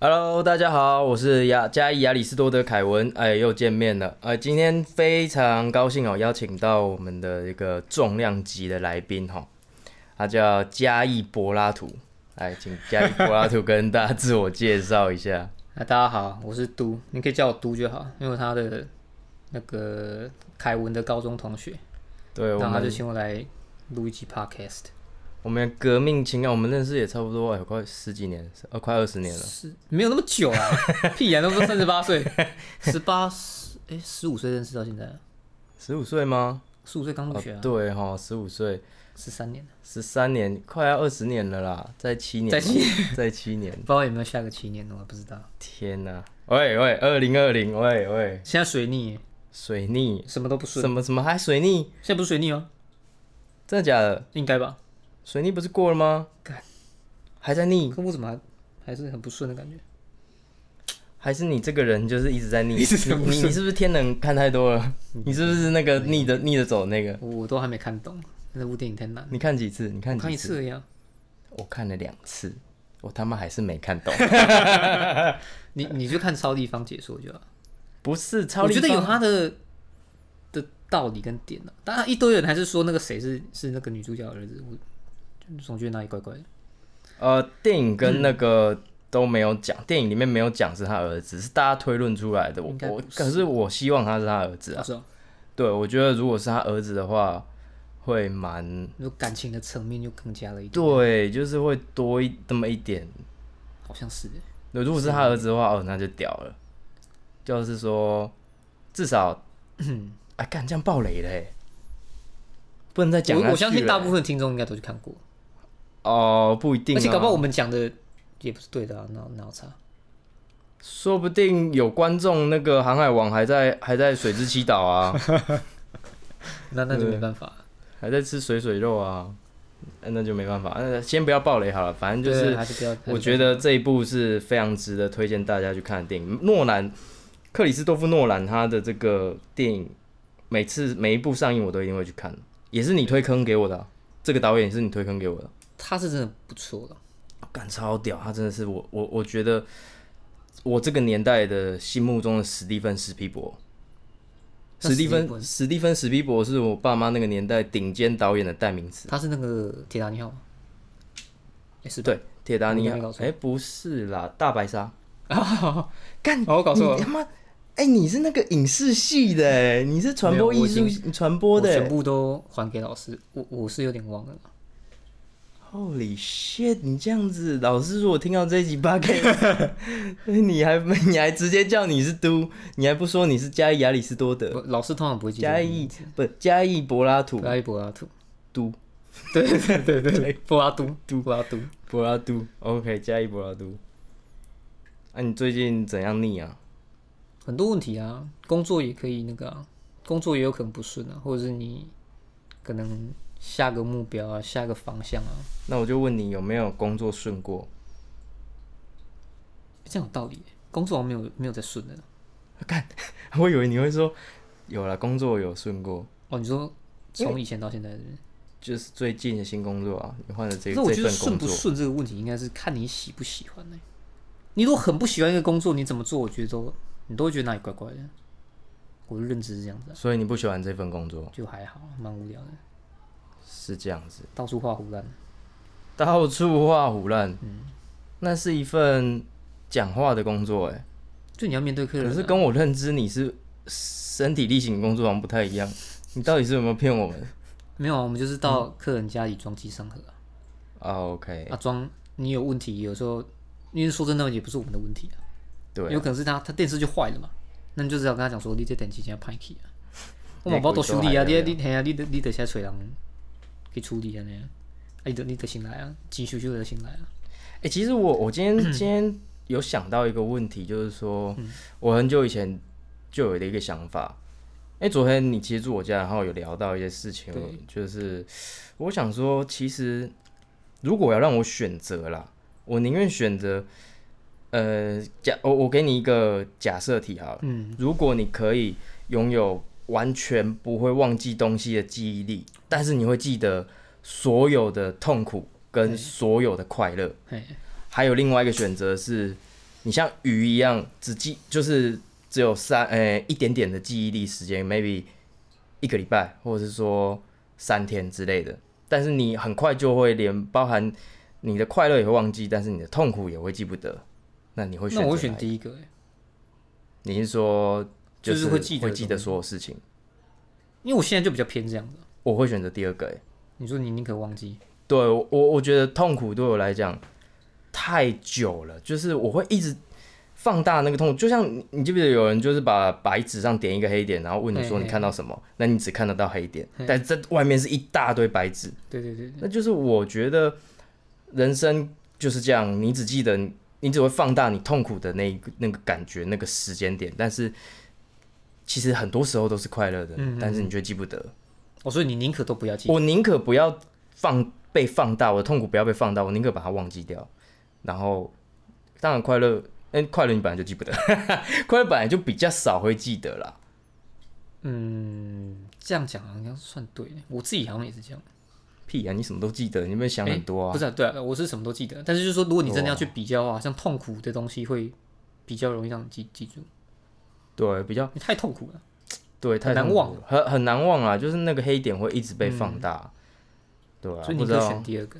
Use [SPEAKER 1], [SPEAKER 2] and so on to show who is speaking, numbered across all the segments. [SPEAKER 1] Hello，大家好，我是亚嘉义亚里士多德凯文，哎，又见面了，哎，今天非常高兴哦，邀请到我们的一个重量级的来宾哈、哦，他叫嘉义柏拉图，来，请嘉义柏拉图跟大家自我介绍一 下。
[SPEAKER 2] 啊，大家好，我是都，你可以叫我都就好，因为他的那个凯文的高中同学，
[SPEAKER 1] 对，
[SPEAKER 2] 然
[SPEAKER 1] 我
[SPEAKER 2] 后他就
[SPEAKER 1] 们
[SPEAKER 2] 请我来录一集 podcast，
[SPEAKER 1] 我们革命情感，我们认识也差不多哎，快十几年，呃，快二十年了。
[SPEAKER 2] 是没有那么久啊，屁眼都不三十八 岁，十八十哎十五岁认识到现在啊，
[SPEAKER 1] 十五岁吗？
[SPEAKER 2] 十五岁刚入学
[SPEAKER 1] 哦
[SPEAKER 2] 啊，
[SPEAKER 1] 对哈、哦，十五岁，
[SPEAKER 2] 十三年了，
[SPEAKER 1] 十三年，快要二十年了啦，在七年吧，
[SPEAKER 2] 在 七
[SPEAKER 1] 在七年，
[SPEAKER 2] 不知道有没有下个七年，我不知道。
[SPEAKER 1] 天呐、喂喂，二零二零，喂喂，
[SPEAKER 2] 现在水逆，
[SPEAKER 1] 水逆，
[SPEAKER 2] 什么都不顺
[SPEAKER 1] 什，么什么还水逆？
[SPEAKER 2] 现在不是水逆哦，
[SPEAKER 1] 真的假的？
[SPEAKER 2] 应该吧？
[SPEAKER 1] 水逆不是过了吗
[SPEAKER 2] 干？
[SPEAKER 1] 还在逆？
[SPEAKER 2] 可我怎么还还是很不顺的感觉？
[SPEAKER 1] 还是你这个人就是一直在逆？
[SPEAKER 2] 一直在
[SPEAKER 1] 你
[SPEAKER 2] 不
[SPEAKER 1] 你
[SPEAKER 2] 顺
[SPEAKER 1] 你是不是天能看太多了？你是不是那个逆着逆着走那个？
[SPEAKER 2] 我我都还没看懂，那部电影太难了，
[SPEAKER 1] 你看几次？你看
[SPEAKER 2] 我看
[SPEAKER 1] 几
[SPEAKER 2] 一？次而已啊。
[SPEAKER 1] 我看了两次，我他妈还是没看 懂。
[SPEAKER 2] 你你就看超立方解说就好。
[SPEAKER 1] 不是超
[SPEAKER 2] 我
[SPEAKER 1] 立
[SPEAKER 2] 觉得有
[SPEAKER 1] 方，
[SPEAKER 2] 他的的道理跟点呢、当然，一堆人还是说那个谁是是那个女主角的儿子，我就总觉得哪里怪怪的。
[SPEAKER 1] 呃，电影跟那个都没有讲，电影里面没有讲是他儿子，是大家推论出来的。我
[SPEAKER 2] 应该
[SPEAKER 1] 我
[SPEAKER 2] 不
[SPEAKER 1] 可是我希望他是他儿子啊。
[SPEAKER 2] 啊，是哦，
[SPEAKER 1] 对，我觉得如果是他儿子的话，会蛮
[SPEAKER 2] 就感情的层面就更加了一点，
[SPEAKER 1] 对，就是会多一那么一点。
[SPEAKER 2] 好像是耶欸
[SPEAKER 1] 对，如果是他儿子的话，哦，那就屌了。就是说，至 少，哎，干这样暴雷嘞，不能再讲下去
[SPEAKER 2] 我
[SPEAKER 1] 了
[SPEAKER 2] 我相信大部分听众应该都去看过，
[SPEAKER 1] 哦，不一定、啊，
[SPEAKER 2] 而且搞不好我们讲的也不是对的啊，脑脑差。
[SPEAKER 1] 说不定有观众那个《航海王》还在还在水之七岛 啊，
[SPEAKER 2] 那那就没办法了，
[SPEAKER 1] 还在吃水水肉啊，那那就没办法，那先不要暴雷好了，反正就
[SPEAKER 2] 对
[SPEAKER 1] 是
[SPEAKER 2] 还是不要。还是
[SPEAKER 1] 我觉得这一部是非常值得推荐大家去看的电影。诺兰，克里斯多夫诺兰他的这个电影，每次每一部上映我都一定会去看，也是你推坑给我的啊、这个导演也是你推坑给我的，啊
[SPEAKER 2] 他是真的不错了，
[SPEAKER 1] 感超屌，他真的是我我我觉得我这个年代的心目中的史蒂芬史皮博。
[SPEAKER 2] 那
[SPEAKER 1] 史蒂
[SPEAKER 2] 史蒂
[SPEAKER 1] 芬
[SPEAKER 2] 芬
[SPEAKER 1] 史蒂芬史皮博是我爸妈那个年代顶尖导演的代名词，
[SPEAKER 2] 他是那个《铁达尼号》吗？哎、是吧
[SPEAKER 1] 对，铁达尼
[SPEAKER 2] 我应该
[SPEAKER 1] 号
[SPEAKER 2] 搞，错
[SPEAKER 1] 哎、不是啦，大白鲨， 干
[SPEAKER 2] 哦，我搞错了
[SPEAKER 1] 你。他妈！哎、你是那个影视系的、哎，你是传播艺
[SPEAKER 2] 没有
[SPEAKER 1] 术
[SPEAKER 2] 我已
[SPEAKER 1] 系传播的、
[SPEAKER 2] 我全
[SPEAKER 1] 哎
[SPEAKER 2] 部都还给老师，我我是有点忘了。
[SPEAKER 1] Holy shit！你这样子，老师如果听到这一集 bug，你 还你还直接叫你是都，你还不说你是加义亚里士多德，
[SPEAKER 2] 不老师通常不会记得
[SPEAKER 1] 加
[SPEAKER 2] 我的
[SPEAKER 1] 义
[SPEAKER 2] 名字。
[SPEAKER 1] 不加义柏拉图
[SPEAKER 2] 加一啊柏拉图，
[SPEAKER 1] 都
[SPEAKER 2] 对对对对对，柏拉图，杜柏拉图。
[SPEAKER 1] 柏拉图，OK，加义柏拉图。啊，你最近怎样腻啊？
[SPEAKER 2] 很多问题啊，工作也可以那个、啊，工作也有可能不顺啊，或者是你可能下个目标啊，下个方向啊，
[SPEAKER 1] 那我就问你有没有工作顺过？
[SPEAKER 2] 这样有道理耶。工作好像没有没有在顺的
[SPEAKER 1] 我以为你会说有了，工作有顺过。
[SPEAKER 2] 哦。你说从以前到现在是不是，
[SPEAKER 1] 就是最近的新工作啊，你换了这
[SPEAKER 2] 可是我
[SPEAKER 1] 这
[SPEAKER 2] 觉得
[SPEAKER 1] 份
[SPEAKER 2] 顺
[SPEAKER 1] 工
[SPEAKER 2] 不
[SPEAKER 1] 作，
[SPEAKER 2] 顺这个问题，应该是看你喜不喜欢呢、你如果很不喜欢一个工作，你怎么做，我觉得都你都会觉得哪里怪怪的。我的认知是这样子啊、
[SPEAKER 1] 所以你不喜欢这份工作
[SPEAKER 2] 就还好，蛮无聊的，
[SPEAKER 1] 是这样子，
[SPEAKER 2] 到处画胡乱。
[SPEAKER 1] 到处画虎烂，
[SPEAKER 2] 嗯
[SPEAKER 1] 那是一份讲话的工作、欸，哎，
[SPEAKER 2] 就你要面对客人、啊，
[SPEAKER 1] 可是跟我认知你是身体力行的工作好像不太一样，你到底是有没有骗我们？
[SPEAKER 2] 没有啊，我们就是到
[SPEAKER 1] 嗯
[SPEAKER 2] 客人家里装机上盒啊，
[SPEAKER 1] 啊，OK，
[SPEAKER 2] 啊装你有问题，有时候因为说真的也不是我们的问题啊，
[SPEAKER 1] 对
[SPEAKER 2] 有
[SPEAKER 1] 啊，
[SPEAKER 2] 可能是他他电视就坏了嘛，那你就只好跟他讲说你这电器要拍起啊，
[SPEAKER 1] 你
[SPEAKER 2] 我嘛
[SPEAKER 1] 的
[SPEAKER 2] 不知道
[SPEAKER 1] 鬼
[SPEAKER 2] 修
[SPEAKER 1] 都
[SPEAKER 2] 理
[SPEAKER 1] 还
[SPEAKER 2] 啊，
[SPEAKER 1] 在
[SPEAKER 2] 你你嘿啊，你得你得先找人去处理啊那样，啊你得你得先来啊，急修修的先来啊，
[SPEAKER 1] 哎、其实我我今天、今天有想到一个问题，就是说、我很久以前就有的一个想法。哎、昨天你其实住我家，然后有聊到一些事情
[SPEAKER 2] 对，
[SPEAKER 1] 就是我想说，其实如果要让我选择啦，我宁愿选择，呃，假我我给你一个假设题好了，
[SPEAKER 2] 嗯，
[SPEAKER 1] 如果你可以拥有完全不会忘记东西的记忆力，但是你会记得所有的痛苦跟所有的快乐，
[SPEAKER 2] 嘿，
[SPEAKER 1] 还有另外一个选择是，你像鱼一样，只记就是只有三诶、一点点的记忆力时间，maybe 一个礼拜，或者是说三天之类的。但是你很快就会连包含你的快乐也会忘记，但是你的痛苦也会记不得。那你会选
[SPEAKER 2] 那
[SPEAKER 1] 择
[SPEAKER 2] 我会
[SPEAKER 1] 哪
[SPEAKER 2] 选
[SPEAKER 1] 一
[SPEAKER 2] 第一个、欸，
[SPEAKER 1] 你是说
[SPEAKER 2] 就是是会记得
[SPEAKER 1] 会
[SPEAKER 2] 的
[SPEAKER 1] 记
[SPEAKER 2] 东
[SPEAKER 1] 得所有事情？
[SPEAKER 2] 因为我现在就比较偏这样的。
[SPEAKER 1] 我会选择第二个、欸。
[SPEAKER 2] 你说你宁可忘记，
[SPEAKER 1] 对我，我觉得痛苦对我来讲太久了，就是我会一直放大那个痛苦。就像你你记不记得有人就是把白纸上点一个黑点，然后问你说
[SPEAKER 2] 嘿嘿
[SPEAKER 1] 你看到什么？那你只看得到黑点，但这外面是一大堆白纸。
[SPEAKER 2] 对对对，
[SPEAKER 1] 那就是我觉得人生就是这样，你只记得你只会放大你痛苦的那一个那个感觉那个时间点，但是其实很多时候都是快乐的，
[SPEAKER 2] 嗯嗯
[SPEAKER 1] 但是你却记不得。
[SPEAKER 2] 我说哦你宁可都不要记，
[SPEAKER 1] 我宁可不要放被放大，我的痛苦不要被放大，我宁可把它忘记掉。然后，当然快乐，哎、快乐你本来就记不得， 快乐本来就比较少会记得啦。
[SPEAKER 2] 嗯，这样讲好像算对的，我自己好像也是这样。
[SPEAKER 1] 屁啊，你什么都记得，你有没有想很多啊？哦
[SPEAKER 2] 不是、啊，对啊，我是什么都记得，但是就是说，如果你真的要去比较啊，像痛苦的东西会比较容易让你记记住，
[SPEAKER 1] 对，啊比较
[SPEAKER 2] 你太痛苦了。
[SPEAKER 1] 对，太
[SPEAKER 2] 难
[SPEAKER 1] 痛苦
[SPEAKER 2] 忘嗯
[SPEAKER 1] 了，很很难忘啊，就是那个黑点会一直被放大。对啊，
[SPEAKER 2] 所以
[SPEAKER 1] 不
[SPEAKER 2] 你
[SPEAKER 1] 知
[SPEAKER 2] 可以
[SPEAKER 1] 道
[SPEAKER 2] 选第二个。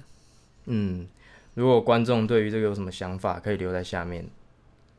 [SPEAKER 1] 嗯，如果观众对于这个有什么想法，可以留在下面。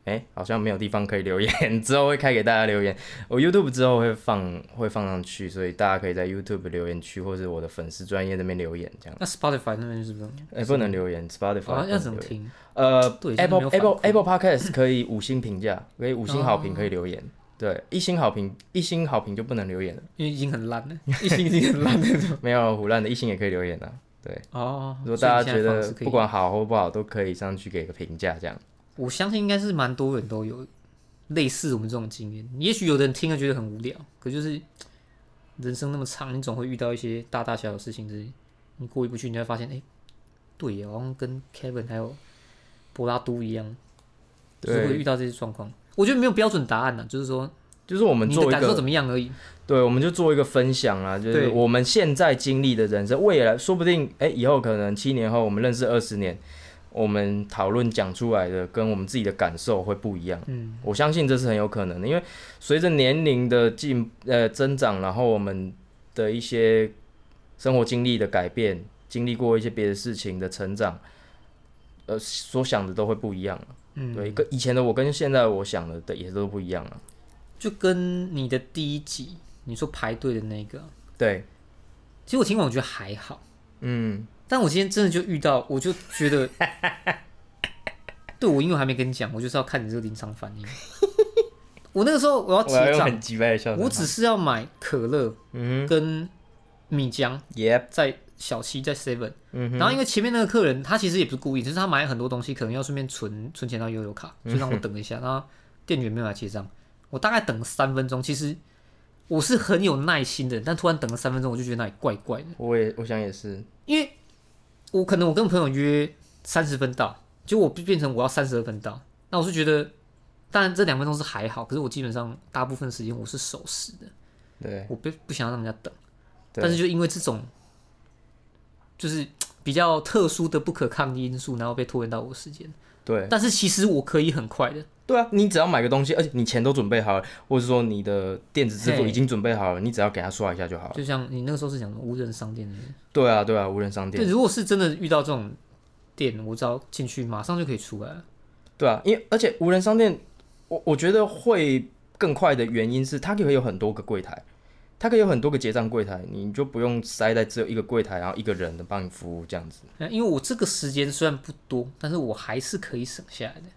[SPEAKER 1] 哎、好像没有地方可以留言， 之后会开给大家留言。我 YouTube 之后会放会放上去，所以大家可以在 YouTube 留言区或者我的粉丝专业那边留言，这样。
[SPEAKER 2] 那 Spotify 那边是不是？
[SPEAKER 1] 哎、不能留言，Spotify、
[SPEAKER 2] 啊，要怎么
[SPEAKER 1] 留言。
[SPEAKER 2] 听？
[SPEAKER 1] 呃
[SPEAKER 2] 对真的没
[SPEAKER 1] ，Apple
[SPEAKER 2] 有
[SPEAKER 1] Apple
[SPEAKER 2] 反馈
[SPEAKER 1] Apple Podcast 可以五星评价，可以五星好
[SPEAKER 2] 哦
[SPEAKER 1] 评，可以留言。对，一星好评一星好评就不能留言了，
[SPEAKER 2] 因为已经很烂了， 一心已经很烂了。
[SPEAKER 1] 没有胡乱的一星也可以留言啊。对，
[SPEAKER 2] 哦，
[SPEAKER 1] 如果大家
[SPEAKER 2] 所
[SPEAKER 1] 觉
[SPEAKER 2] 以你现在放
[SPEAKER 1] 得
[SPEAKER 2] 是可以
[SPEAKER 1] 不管好或不好，都可以上去给个评价，这样。
[SPEAKER 2] 我相信应该是蛮多人都有类似我们这种经验。也许有的人听了觉得很无聊，可就是人生那么长，你总会遇到一些大大小小的事情之类，你过意不去，你会发现，哎、对耶，好像跟 Kevin 还有柏拉都一样，就是会
[SPEAKER 1] 对
[SPEAKER 2] 遇，到这些状况。我觉得没有标准答案呐、啊就是说
[SPEAKER 1] 就是我们
[SPEAKER 2] 你
[SPEAKER 1] 做
[SPEAKER 2] 的
[SPEAKER 1] 一
[SPEAKER 2] 感受
[SPEAKER 1] 个，
[SPEAKER 2] 怎么样而已。
[SPEAKER 1] 对，我们就做一个分享啦，就是
[SPEAKER 2] 对
[SPEAKER 1] 我们现在经历的人生，未来说不定，哎、以后可能七年后我们认识二十年，我们讨论讲出来的跟我们自己的感受会不一样。
[SPEAKER 2] 嗯，
[SPEAKER 1] 我相信这是很有可能的，因为随着年龄的进呃增长，然后我们的一些生活经历的改变，经历过一些别的事情的成长，呃，所想的都会不一样了。
[SPEAKER 2] 嗯
[SPEAKER 1] 对，跟以前的我跟现在我想的的也都不一样了。
[SPEAKER 2] 就跟你的第一集你说排队的那个，
[SPEAKER 1] 对，
[SPEAKER 2] 其实我听完我觉得还好。
[SPEAKER 1] 嗯。
[SPEAKER 2] 但我今天真的就遇到，我就觉得， 对我因为我还没跟你讲，我就是要看你这个临场反应。我那个时候我要
[SPEAKER 1] 我要
[SPEAKER 2] 结
[SPEAKER 1] 用
[SPEAKER 2] 账，
[SPEAKER 1] 很击败的笑声。
[SPEAKER 2] 我只是要买可乐
[SPEAKER 1] 嗯
[SPEAKER 2] 跟米浆，
[SPEAKER 1] 哼，Yep，
[SPEAKER 2] 在小七在 Seven，、
[SPEAKER 1] 嗯哼，
[SPEAKER 2] 然后因为前面那个客人他其实也不是故意，就是他买很多东西，可能要顺便存存钱到悠游
[SPEAKER 1] 嗯
[SPEAKER 2] 卡，就让我等了一下，然后店员没有来结账，我大概等了三分钟，其实我是很有耐心的，但突然等了三分钟，我就觉得那里怪怪的。
[SPEAKER 1] 我也我想也是，
[SPEAKER 2] 因为我可能我跟朋友约三十分到，结果我变成我要三十二分到，那我是觉得，当然这两分钟是还好，可是我基本上大部分时间我是守时的，
[SPEAKER 1] 对
[SPEAKER 2] 我不不想让人家等，
[SPEAKER 1] 对
[SPEAKER 2] 但是就因为这种就是比较特殊的不可抗力因素，然后被拖延到我时间，
[SPEAKER 1] 对
[SPEAKER 2] 但是其实我可以很快的，
[SPEAKER 1] 对啊！你只要买个东西，而且你钱都准备好了，或者说你的电子支付
[SPEAKER 2] 嘿
[SPEAKER 1] 已经准备好了，你只要给他刷一下就好了。
[SPEAKER 2] 就像你那个时候是讲什么无人商店的，
[SPEAKER 1] 对啊，对啊，无人商
[SPEAKER 2] 对，
[SPEAKER 1] 店。
[SPEAKER 2] 如果是真的遇到这种店，我只要进去马上就可以出来了，
[SPEAKER 1] 对啊，因为而且无人商店，我我觉得会更快的原因是它可以有很多个柜台，它可以有很多个结账柜台，你就不用塞在只有一个柜台，然后一个人的帮你服务这样子。
[SPEAKER 2] 呃因为我这个时间虽然不多，但是我还是可以省下来的。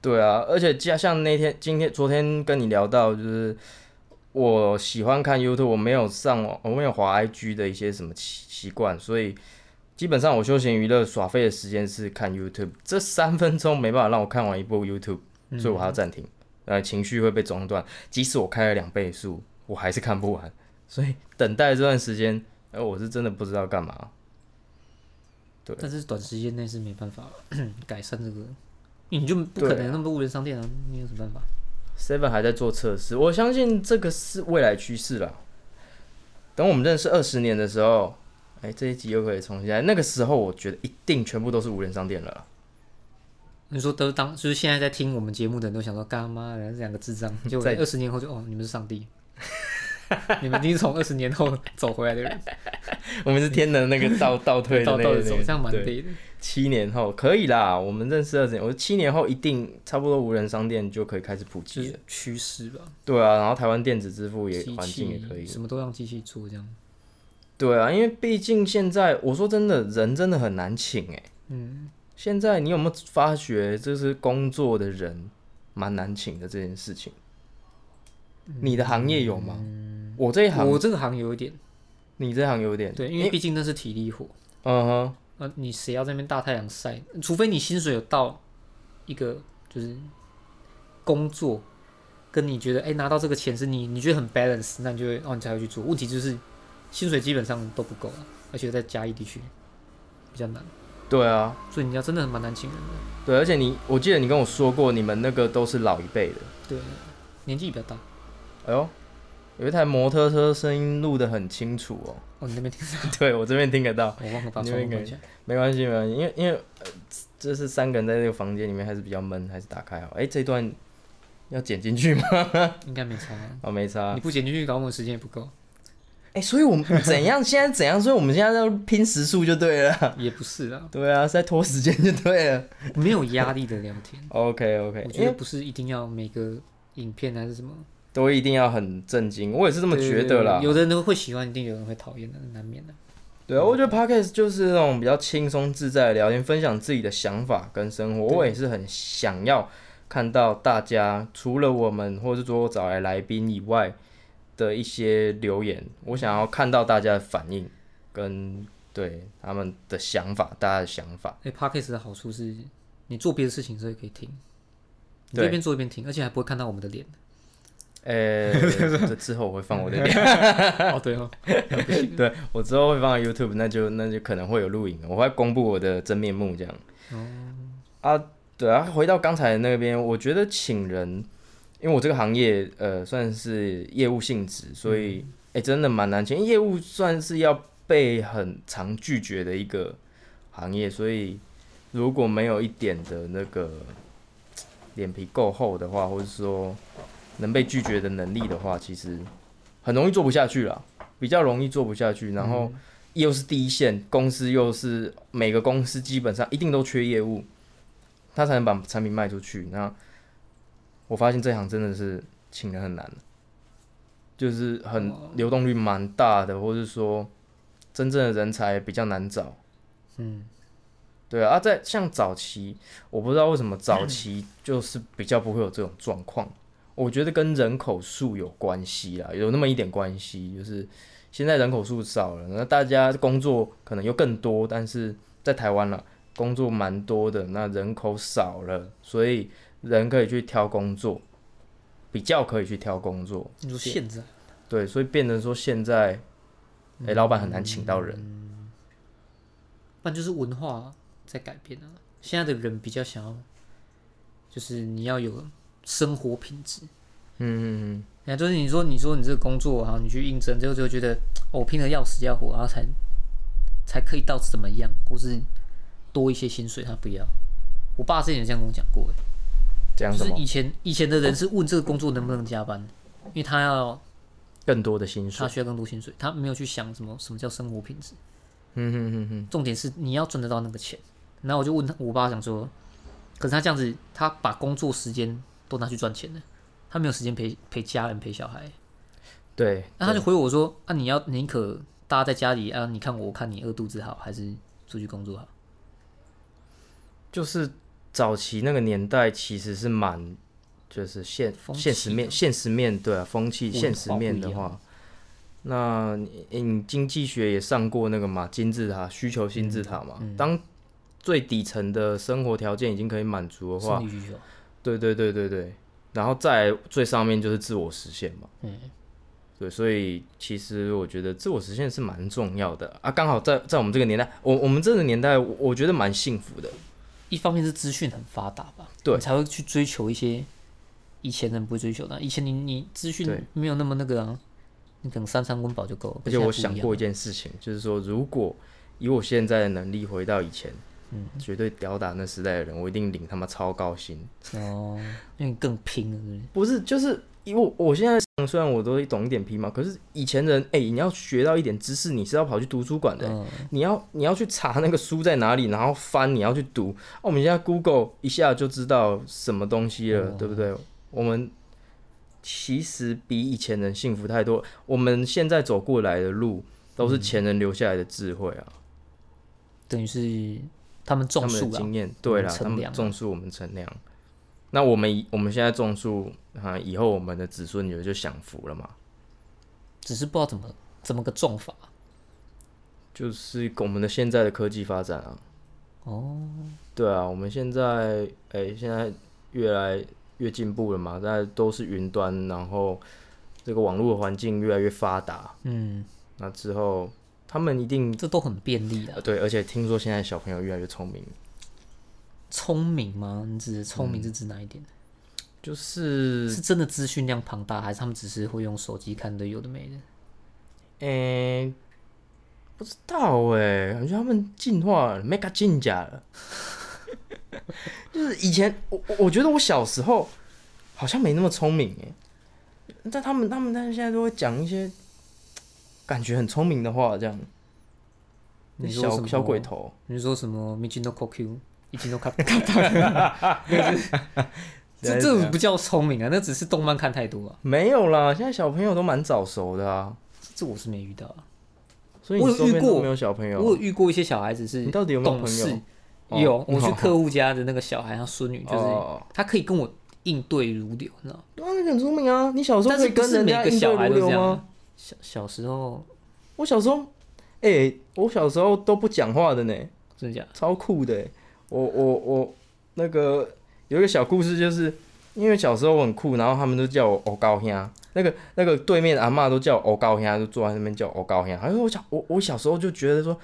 [SPEAKER 1] 对啊，而且加像那天、今天、昨天跟你聊到，就是我喜欢看 YouTube，我没有上网，我没有滑 IG 的一些什么习习惯，所以基本上我休闲娱乐耍废的时间是看 YouTube。这三分钟没办法让我看完一部 YouTube，所以我还要暂停，呃，情绪会被中断。即使我开了两倍速，我还是看不完，所以等待这段时间，呃，我是真的不知道干嘛。对
[SPEAKER 2] 但是短时间内是没办法 改善这个，因为你就不可
[SPEAKER 1] 对
[SPEAKER 2] 能那么多无人商店啊，你有什么办法？
[SPEAKER 1] Seven 还在做测试，我相信这个是未来趋势啦。等我们认识二十年的时候，哎哎、这一集又可以重新来。那个时候，我觉得一定全部都是无人商店了啦。
[SPEAKER 2] 你说都当就是现在在听我们节目的人都想说干妈，然后这两个智障，就
[SPEAKER 1] 在
[SPEAKER 2] 二十年后就哦，你们是上帝， 你们一定是从二十年后走回来 的人，
[SPEAKER 1] 我们是天能那个倒 倒退的
[SPEAKER 2] 到
[SPEAKER 1] 那
[SPEAKER 2] 到
[SPEAKER 1] 个
[SPEAKER 2] 底走，
[SPEAKER 1] 那个
[SPEAKER 2] 这样蛮
[SPEAKER 1] 对
[SPEAKER 2] 累的。
[SPEAKER 1] 七年后可以啦，我们认识二十年，我七年后一定差不多无人商店就可以开始普
[SPEAKER 2] 就
[SPEAKER 1] 及了
[SPEAKER 2] 是。趋势吧，
[SPEAKER 1] 对啊，然后台湾电子支付也
[SPEAKER 2] 机
[SPEAKER 1] 环境也可以
[SPEAKER 2] 器。什么都让机器做这样。
[SPEAKER 1] 对啊，因为毕竟现在我说真的，人真的很难请哎、
[SPEAKER 2] 嗯，
[SPEAKER 1] 现在你有没有发觉，就是工作的人蛮难请的这件事情？你的行业有吗？嗯我这一行，
[SPEAKER 2] 我这个行有一点
[SPEAKER 1] 你这行有点
[SPEAKER 2] 对，因为毕竟那是体力活，
[SPEAKER 1] 嗯哼，
[SPEAKER 2] 啊，你谁要在那边大太阳晒？除非你薪水有到一个就是工作，跟你觉得哎、拿到这个钱是你你觉得很 balance，那你就会哦你才会去做。问题就是薪水基本上都不够啊，而且在嘉义地区比较难，
[SPEAKER 1] 对啊，
[SPEAKER 2] 所以你要真的蛮难请人的，
[SPEAKER 1] 对，啊而且你，我记得你跟我说过，你们那个都是老一辈的。
[SPEAKER 2] 对，年纪比较大。
[SPEAKER 1] 哎呦，有一台摩托车声音录得很清楚哦。
[SPEAKER 2] 哦，你那 边听哦到？
[SPEAKER 1] 对我这边听得到，
[SPEAKER 2] 我忘了把
[SPEAKER 1] 你那
[SPEAKER 2] 窗户
[SPEAKER 1] 边
[SPEAKER 2] 关
[SPEAKER 1] 可
[SPEAKER 2] 起来。
[SPEAKER 1] 没关系，没关系，因为因为、呃、这是三个人在这个房间里面还是比较闷，还是打开好。哎、这段要剪进去吗？
[SPEAKER 2] 应该没差啊。
[SPEAKER 1] 哦，没差
[SPEAKER 2] 你。不剪进去，搞我们时间也不够，
[SPEAKER 1] 哎、所以我们 怎样？现在怎样？所以我们现在要拼时速就对了。
[SPEAKER 2] 也不是啊，
[SPEAKER 1] 对啊，是在拖时间就对了。
[SPEAKER 2] 没有压力的聊天。
[SPEAKER 1] OK OK，
[SPEAKER 2] 我觉
[SPEAKER 1] 因
[SPEAKER 2] 得
[SPEAKER 1] 为
[SPEAKER 2] 不是一定要每个影片还是什么，
[SPEAKER 1] 都一定要很震惊，我也是这么
[SPEAKER 2] 对
[SPEAKER 1] 觉得啦。
[SPEAKER 2] 有的人会喜欢，一定有人会讨厌的，难免的。
[SPEAKER 1] 对啊，我觉得 podcast 就是那种比较轻松自在的聊天，分享自己的想法跟生活。
[SPEAKER 2] 对
[SPEAKER 1] 我也是很想要看到大家除了我们或者是说我找来来宾以外的一些留言，我想要看到大家的反应跟对他们的想法，大家的想法。
[SPEAKER 2] 哎、p o d c a s t 的好处是，你做别的事情的时候也可以听，你
[SPEAKER 1] 对
[SPEAKER 2] 这边做一边听，而且还不会看到我们的 脸。
[SPEAKER 1] 呃、这之后我会放我的脸，
[SPEAKER 2] 哦，对哦，不 行
[SPEAKER 1] 对我之后会放在 YouTube，那就那就可能会有录影，我会公布我的真面目这样。啊，对啊，回到刚才那边，我觉得请人，因为我这个行业呃算是业务性质，所以哎、诶真的蛮难请，因为业务算是要被很常拒绝的一个行业，所以如果没有一点的那个脸皮够厚的话，或者说能被拒绝的能力的话，其实很容易做不下去啦，比较容易做不下去。然后又是第一线公司，又是每个公司基本上一定都缺业务，他才能把产品卖出去。那我发现这行真的是请人很难，就是很
[SPEAKER 2] 哦
[SPEAKER 1] 流动率蛮大的，或是说真正的人才比较难找。
[SPEAKER 2] 嗯，
[SPEAKER 1] 对啊，啊在像早期，我不知道为什么早期就是比较不会有这种状况。我觉得跟人口数有关系啦，有那么一点关系。就是现在人口数少了，那大家工作可能又更多，但是在台湾了，工作蛮多的，那人口少了，所以人可以去挑工作，比较可以去挑工作。
[SPEAKER 2] 你说现在
[SPEAKER 1] 对，所以变成说现在，哎、老板很难请到人。
[SPEAKER 2] 那就是文化在改变啊。现在的人比较想要，就是你要有生活品质。
[SPEAKER 1] 嗯嗯嗯，
[SPEAKER 2] 哎，就是你说，你说你这个工作啊，你去应征，最后就觉得哦我拼的要死要活，然后才才可以到怎么样，或是多一些薪水，他不要。我爸之前也这样跟我讲过，哎
[SPEAKER 1] 这样
[SPEAKER 2] 就
[SPEAKER 1] 什
[SPEAKER 2] 是
[SPEAKER 1] 么
[SPEAKER 2] 以前以前的人是问这个工作能不能加班，因为他要
[SPEAKER 1] 更多的薪水
[SPEAKER 2] 他。需要更多薪水，他没有去想什么什么叫生活品质。
[SPEAKER 1] 嗯嗯嗯嗯，
[SPEAKER 2] 重点是你要赚得到那个钱。然后我就问他，我爸想说，可是他这样子，他把工作时间都拿去赚钱了，他没有时间陪陪家人陪小孩。
[SPEAKER 1] 对。
[SPEAKER 2] 那他就回我说：“啊，你要宁可大家在家里啊，你看我，我看你饿肚子好，还是出去工作好
[SPEAKER 1] 就是早期那个年代其实是蛮，就是现
[SPEAKER 2] 风气
[SPEAKER 1] 现实面现实面对啊，风气
[SPEAKER 2] 文化
[SPEAKER 1] 现实面的
[SPEAKER 2] 不一
[SPEAKER 1] 话，那你你经济学也上过那个嘛金字塔需求金字
[SPEAKER 2] 嗯
[SPEAKER 1] 塔嘛，当最底层的生活条件已经可以满足的？”话，
[SPEAKER 2] 生理需求，
[SPEAKER 1] 对对对对对，然后再来最上面就是自我实现嘛。
[SPEAKER 2] 嗯，
[SPEAKER 1] 对，所以其实我觉得自我实现是蛮重要的啊。刚好在在我们这个年代，我我们这个年代，我我觉得蛮幸福的。
[SPEAKER 2] 一方面是资讯很发达吧，
[SPEAKER 1] 对
[SPEAKER 2] 你才会去追求一些以前人不会追求的。以前你你资讯
[SPEAKER 1] 对
[SPEAKER 2] 没有那么那个啊，你可能三餐温饱就够了。
[SPEAKER 1] 而且我
[SPEAKER 2] 可是现
[SPEAKER 1] 想
[SPEAKER 2] 在不一样，
[SPEAKER 1] 过一件事情，就是说，如果以我现在的能力回到以前，绝对吊打那时代的人，我一定领他妈超高薪。
[SPEAKER 2] 哦，因为你更拼了，对不对？
[SPEAKER 1] 不是，就是因为我我现在想虽然我都懂一点皮毛，可是以前人哎、你要学到一点知识，你是要跑去图书馆的、
[SPEAKER 2] 嗯
[SPEAKER 1] 你要你要去查那个书在哪里，然后翻，你要去读。啊、我们现在 Google 一下就知道什么东西
[SPEAKER 2] 哦
[SPEAKER 1] 了，对不对？我们其实比以前人幸福太多。我们现在走过来的路，都是前人留下来的智慧啊，
[SPEAKER 2] 等于是他们
[SPEAKER 1] 他
[SPEAKER 2] 种
[SPEAKER 1] 们的
[SPEAKER 2] 树啊了，
[SPEAKER 1] 经验，对啦，
[SPEAKER 2] 我们
[SPEAKER 1] 他
[SPEAKER 2] 乘
[SPEAKER 1] 们
[SPEAKER 2] 凉啊
[SPEAKER 1] 种树，我们乘凉。那我们以我们现在种树啊，以后我们的子孙女儿就享福了嘛。
[SPEAKER 2] 只是不知道怎么怎么个种法。啊
[SPEAKER 1] 就是我们的现在的科技发展啊。
[SPEAKER 2] 哦，
[SPEAKER 1] 对啊，我们现在哎、现在越来越进步了嘛，那都是云端，然后这个网络的环境越来越发达。
[SPEAKER 2] 嗯，
[SPEAKER 1] 那之后，他们一定
[SPEAKER 2] 这都很便利啊
[SPEAKER 1] 呃。对，而且听说现在小朋友越来越聪明，
[SPEAKER 2] 聪明吗？你指的聪明是指哪一点？
[SPEAKER 1] 嗯就是
[SPEAKER 2] 是真的资讯量庞大，还是他们只是会用手机看的有的没的？
[SPEAKER 1] 哎、不知道哎、感觉他们进化了，mega 进甲了。 就是以前我我我觉得我小时候好像没那么聪明哎、但他们他们但是现在都会讲一些感觉很聪明的话，这样
[SPEAKER 2] 你说什
[SPEAKER 1] 小
[SPEAKER 2] 么
[SPEAKER 1] 小鬼头，
[SPEAKER 2] 你是说什么 “Michino QQ”、“Ichino k 这
[SPEAKER 1] 对
[SPEAKER 2] 这不叫聪明啊，那只是动漫看太多啊。
[SPEAKER 1] 没有啦，现在小朋友都蛮早熟的啊，
[SPEAKER 2] 这我是没遇到、啊，
[SPEAKER 1] 所以
[SPEAKER 2] 我
[SPEAKER 1] 你
[SPEAKER 2] 有
[SPEAKER 1] 周边
[SPEAKER 2] 遇过
[SPEAKER 1] 都没有小朋
[SPEAKER 2] 我有
[SPEAKER 1] 友，
[SPEAKER 2] 遇过一些小孩子是
[SPEAKER 1] 你到底有没有
[SPEAKER 2] 懂事
[SPEAKER 1] 朋友哦
[SPEAKER 2] 有，我去客户家的那个小孩，他孙女就是
[SPEAKER 1] 哦
[SPEAKER 2] 他可以跟我应对如流，你知道吗？
[SPEAKER 1] 对啊，你很聪明啊，你小时候
[SPEAKER 2] 但
[SPEAKER 1] 可
[SPEAKER 2] 是
[SPEAKER 1] 以
[SPEAKER 2] 不
[SPEAKER 1] 跟
[SPEAKER 2] 是
[SPEAKER 1] 人
[SPEAKER 2] 每
[SPEAKER 1] 家
[SPEAKER 2] 个
[SPEAKER 1] 应对
[SPEAKER 2] 小孩
[SPEAKER 1] 如
[SPEAKER 2] 都这
[SPEAKER 1] 流
[SPEAKER 2] 样
[SPEAKER 1] 吗？
[SPEAKER 2] 啊。小小时候
[SPEAKER 1] 我小时候，哎、我小时候都不讲话的呢，
[SPEAKER 2] 真的假的？
[SPEAKER 1] 超酷的欸。我我我那个有一个小故事，就是因为小时候我很酷，然后他们都叫我欧高兄，那个那个对面的阿嬷都叫我欧高兄，就坐在那边叫我欧高兄。好像我小我我小时候就觉得说，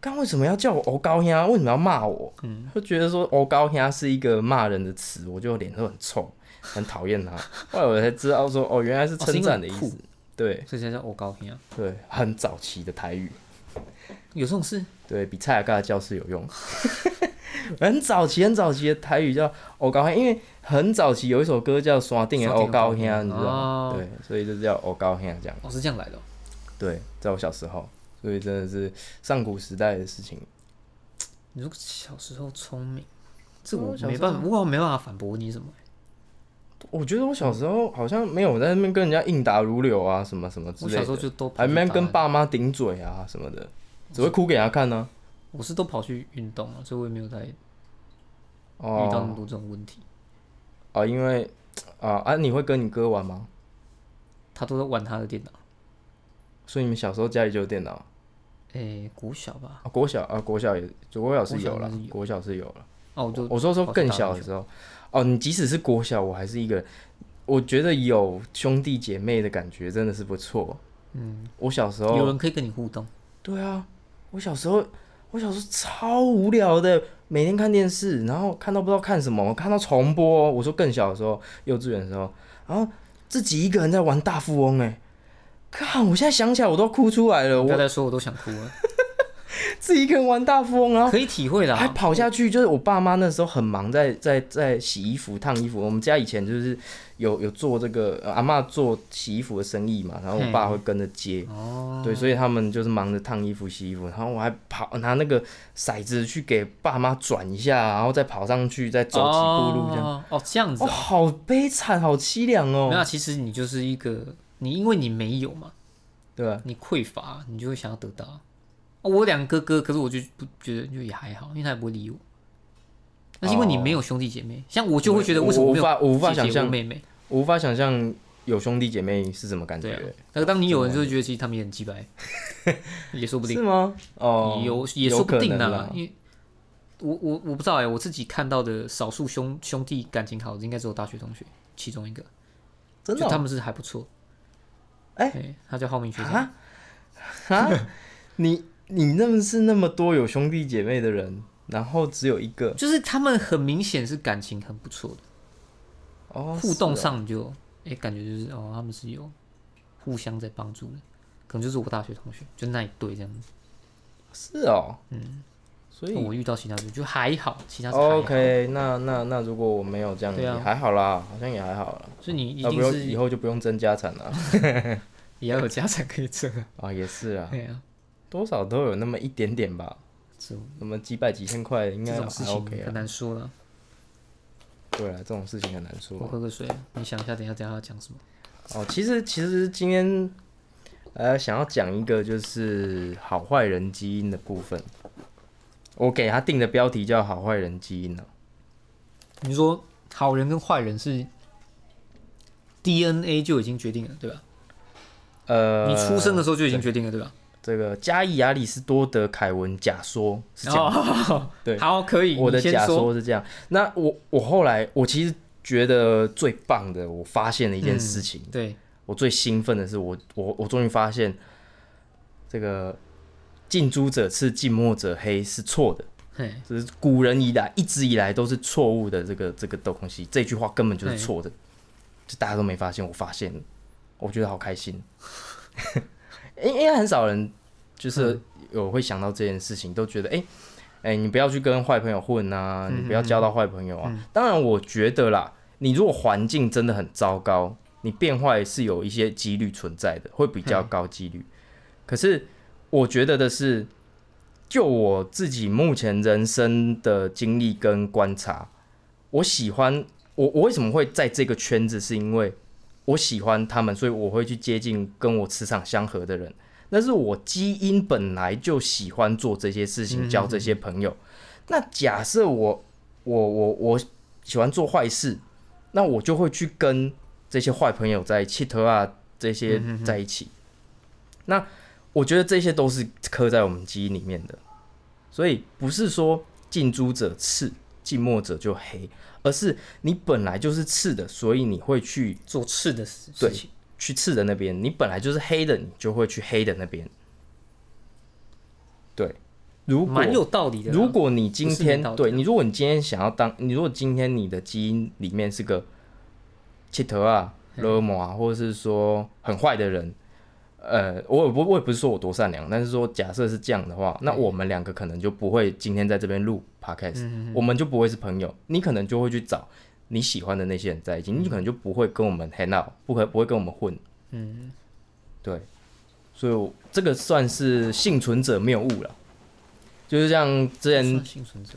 [SPEAKER 1] 刚为什么要叫我欧高兄？啊为什么要骂我？
[SPEAKER 2] 嗯
[SPEAKER 1] 就觉得说欧高兄啊是一个骂人的词，我就脸都很臭，很讨厌他。后来我才知道说，哦，原来是
[SPEAKER 2] 哦是
[SPEAKER 1] 称
[SPEAKER 2] 因为
[SPEAKER 1] 赞
[SPEAKER 2] 很
[SPEAKER 1] 的意
[SPEAKER 2] 酷
[SPEAKER 1] 思。对
[SPEAKER 2] 所以才叫我高平啊，
[SPEAKER 1] 对，很早期的台语。
[SPEAKER 2] 有这种事？
[SPEAKER 1] 对比蔡雅嘎的教室有用。 很早期、很早期的台语叫“欧高兄”，因为很早期有一首歌叫《山顶的欧高兄》，你知道吗？
[SPEAKER 2] 哦
[SPEAKER 1] 对，所以就叫“欧高兄”这样。
[SPEAKER 2] 哦，是这样来的哦、
[SPEAKER 1] 对，在我小时候，所以真的是上古时代的事情。
[SPEAKER 2] 你说小时候聪明，这
[SPEAKER 1] 哦
[SPEAKER 2] 我
[SPEAKER 1] 小
[SPEAKER 2] 没
[SPEAKER 1] 时
[SPEAKER 2] 办法，我好像没办法反驳你什么。
[SPEAKER 1] 我觉得我小时候好像没有在那边跟人家应答如流啊，什么什么之
[SPEAKER 2] 我
[SPEAKER 1] 类的。
[SPEAKER 2] 小时候就都跑
[SPEAKER 1] 还
[SPEAKER 2] 去
[SPEAKER 1] 没
[SPEAKER 2] 打
[SPEAKER 1] 跟爸妈顶嘴啊什么的，只会哭给他看啊呢、
[SPEAKER 2] 我是都跑去运动了，所以我也没有再遇
[SPEAKER 1] 哦
[SPEAKER 2] 到那么多这种问题。
[SPEAKER 1] 啊，因为啊啊，你会跟你哥玩吗？
[SPEAKER 2] 他都在玩他的电脑，
[SPEAKER 1] 所以你们小时候家里就有电脑？
[SPEAKER 2] 诶、国小吧，
[SPEAKER 1] 啊，国小啊，国小也，国小是有
[SPEAKER 2] 国小
[SPEAKER 1] 了
[SPEAKER 2] 应该是，有
[SPEAKER 1] 国小是有了。
[SPEAKER 2] 哦、我就
[SPEAKER 1] 我说说
[SPEAKER 2] 跑去
[SPEAKER 1] 更
[SPEAKER 2] 打
[SPEAKER 1] 小
[SPEAKER 2] 篮
[SPEAKER 1] 的
[SPEAKER 2] 球
[SPEAKER 1] 时候，哦，你即使是国小，我还是一个人，我觉得有兄弟姐妹的感觉真的是不错。嗯，我小时
[SPEAKER 2] 有
[SPEAKER 1] 候，
[SPEAKER 2] 人可以跟你互动，
[SPEAKER 1] 对啊，我小时候，我小时候超无聊的，每天看电视，然后看到不知道看什么，我看到重播哦。我说更小的时候，幼稚园的时候，然后自己一个人在玩大富翁、哎，看我现在想起来我都哭出来了，
[SPEAKER 2] 不要
[SPEAKER 1] 我
[SPEAKER 2] 再说我都想哭 了，
[SPEAKER 1] 自己一个人玩大富翁，然后
[SPEAKER 2] 可以体会
[SPEAKER 1] 哦还
[SPEAKER 2] 啦。哦
[SPEAKER 1] 跑下去，就是我爸妈那时候很忙在，在在洗衣服、烫衣服。我们家以前就是有有做这个、呃阿嬷做洗衣服的生意嘛，然后我爸会跟着接，
[SPEAKER 2] 哦，
[SPEAKER 1] 对，所以他们就是忙着烫衣服、洗衣服，然后我还跑拿那个骰子去给爸妈转一下，然后再跑上去，再走几步路这样。哦
[SPEAKER 2] 哦，哦这样子、啊
[SPEAKER 1] 好悲惨，好凄凉
[SPEAKER 2] 没有
[SPEAKER 1] 哦。
[SPEAKER 2] 啊，其实你就是一个，你因为你没有嘛，
[SPEAKER 1] 对啊，
[SPEAKER 2] 你匮乏，你就会想要得到。哦、我有两个哥哥，可是我就不觉得就也还好，因为他也不会理我。那是因为你没有兄弟姐妹，像我就会觉得为什么
[SPEAKER 1] 哦我
[SPEAKER 2] 没
[SPEAKER 1] 无法
[SPEAKER 2] 有
[SPEAKER 1] 我无法
[SPEAKER 2] 姐姐
[SPEAKER 1] 想象
[SPEAKER 2] 或妹妹？
[SPEAKER 1] 我无法想象有兄弟姐妹是什么感
[SPEAKER 2] 对
[SPEAKER 1] 觉
[SPEAKER 2] 啊，，但是当你有人就会觉得其实他们也很鸡 掰，也说不定。
[SPEAKER 1] 是吗？哦，
[SPEAKER 2] 有也说不定啊
[SPEAKER 1] 有可能
[SPEAKER 2] 啦
[SPEAKER 1] 啦，
[SPEAKER 2] 因为我我我不知道哎、我自己看到的少数兄兄弟感情好的，应该只有大学同学其中一个，
[SPEAKER 1] 真的
[SPEAKER 2] 就
[SPEAKER 1] 哦
[SPEAKER 2] 他们是还不错。
[SPEAKER 1] 哎
[SPEAKER 2] 对他叫浩明学长，
[SPEAKER 1] 啊 啊！你你认识那么多有兄弟姐妹的人，然后只有一个
[SPEAKER 2] 就是他们很明显是感情很不错的，
[SPEAKER 1] 哦，
[SPEAKER 2] 互动
[SPEAKER 1] 是
[SPEAKER 2] 上你就哎、感觉就是哦，他们是有互相在帮助的，可能就是我大学同学就那一对这样子，
[SPEAKER 1] 哦是哦，嗯，所以哦
[SPEAKER 2] 我遇到其他就就还好，其他是还好
[SPEAKER 1] OK，那那那如果我没有这样，
[SPEAKER 2] 对
[SPEAKER 1] 也
[SPEAKER 2] 啊
[SPEAKER 1] 还好啦，好像也还好啦。
[SPEAKER 2] 所以你一
[SPEAKER 1] 啊那不
[SPEAKER 2] 定
[SPEAKER 1] 用
[SPEAKER 2] 是
[SPEAKER 1] 以后就不用争家产了
[SPEAKER 2] 也要有家产可以挣啊。
[SPEAKER 1] 啊，也是啊，
[SPEAKER 2] 对啊，
[SPEAKER 1] 多少都有那么一点点吧，
[SPEAKER 2] 这种
[SPEAKER 1] 那么几百几千块应该
[SPEAKER 2] 这
[SPEAKER 1] 还
[SPEAKER 2] 种事
[SPEAKER 1] OK
[SPEAKER 2] 情
[SPEAKER 1] 啊
[SPEAKER 2] 很。难说了。
[SPEAKER 1] 对啊，这种事情很难说
[SPEAKER 2] 我。喝个水啊，你想一下，等一下等一下要讲什么？
[SPEAKER 1] 哦，其实其实今天呃想要讲一个就是好坏人基因的部分，我给他定的标题叫“好坏人基因”啊呢。
[SPEAKER 2] 你说好人跟坏人是 DNA 就已经决定了，对吧？
[SPEAKER 1] 呃，
[SPEAKER 2] 你出生的时候就已经决定了，对吧？
[SPEAKER 1] 这个加伊亚里士多德凯文假说是这样，
[SPEAKER 2] 哦，
[SPEAKER 1] 对
[SPEAKER 2] 好，可以，
[SPEAKER 1] 我的
[SPEAKER 2] 你先
[SPEAKER 1] 假
[SPEAKER 2] 说，
[SPEAKER 1] 说是这样。那我我后来我其实觉得最棒的，我发现了一件
[SPEAKER 2] 嗯
[SPEAKER 1] 事情，
[SPEAKER 2] 对，
[SPEAKER 1] 我最兴奋的是我我我终于发现这个近朱者赤，近墨者黑是错的。
[SPEAKER 2] 嘿，
[SPEAKER 1] 这是古人以来一直以来都是错误的这个这个东西，这句话根本就是
[SPEAKER 2] 对
[SPEAKER 1] 错的，就大家都没发现，我发现了，我觉得好开 心，因因为很少人
[SPEAKER 2] 嗯
[SPEAKER 1] 就是有会想到这件事情，都觉得哎哎、诶你不要去跟坏朋友混啊，
[SPEAKER 2] 嗯
[SPEAKER 1] 你不要交到坏朋友啊。当然，我觉得啦，你如果环境真的很糟糕，你变坏是有一些几率存在的，会比较高几率。可是我觉得的是，就我自己目前人生的经历跟观察，我喜欢我我为什么会在这个圈子，是因为我喜欢他们，所以我会去接近跟我磁场相合的人。但是我基因本来就喜欢做这些事情，
[SPEAKER 2] 嗯
[SPEAKER 1] 交这些朋友。那假设我我我我喜欢做坏事，那我就会去跟这些坏朋友在一起，头啊这
[SPEAKER 2] 嗯
[SPEAKER 1] 些在一起。那我觉得这些都是刻在我们基因里面的，所以不是说近朱者赤，近墨者就黑，而是你本来就是赤的，所以你会去
[SPEAKER 2] 做赤的事
[SPEAKER 1] 对
[SPEAKER 2] 事情，
[SPEAKER 1] 去赤的那边；你本来就是黑的，你就会去黑的那边。对，如果
[SPEAKER 2] 蛮有道理的啦。
[SPEAKER 1] 如果你今
[SPEAKER 2] 不是
[SPEAKER 1] 天
[SPEAKER 2] 领导者
[SPEAKER 1] 对你，如果你今天想要当，你如果今天你的基因里面是个切头啊、勒摩啊，或者是说很坏的人，呃，我也不我也不是说我多善良，但是说假设是这样的话，那我们两个可能就不会今天在这边录
[SPEAKER 2] 嗯
[SPEAKER 1] podcast，、我们就不会是朋友，你可能就会去找你喜欢的那些人在一起，你可能就不会跟我们 hang out，不可不会跟我们混，
[SPEAKER 2] 嗯，
[SPEAKER 1] 对，所以我这个算是幸存者谬误了。就是像之前
[SPEAKER 2] 算幸存者，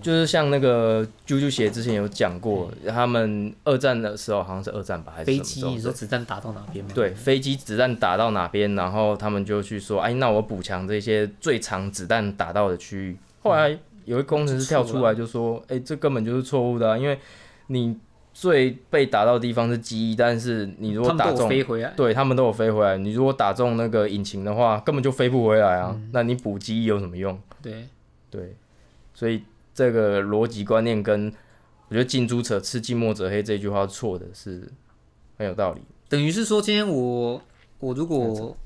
[SPEAKER 1] 就是像那个啾啾鞋之前有讲过，他们二战的时候好像是二战吧，还是
[SPEAKER 2] 嗯飞
[SPEAKER 1] 什
[SPEAKER 2] 机，
[SPEAKER 1] 么
[SPEAKER 2] 你
[SPEAKER 1] 时候
[SPEAKER 2] 说
[SPEAKER 1] 的？
[SPEAKER 2] 子弹打到哪边吗？
[SPEAKER 1] 对，飞机子弹打到哪边，然后他们就去说，哎，那我补强这些最长子弹打到的区域。后来有一工程师跳出来就说，哎，这根本就是错误的、啊，因为你最被打到的地方是机翼，但是你如果
[SPEAKER 2] 他们
[SPEAKER 1] 打
[SPEAKER 2] 都有
[SPEAKER 1] 中
[SPEAKER 2] 飞回来，
[SPEAKER 1] 对他们都有飞回来。你如果打中那个引擎的话，根本就飞不回来啊。
[SPEAKER 2] 嗯
[SPEAKER 1] 那你补机翼有什么用？
[SPEAKER 2] 对，
[SPEAKER 1] 对，所以这个逻辑观念跟我觉得“近朱者赤，近墨者黑”这句话是错的，是很有道理。
[SPEAKER 2] 等于是说，今天我我如果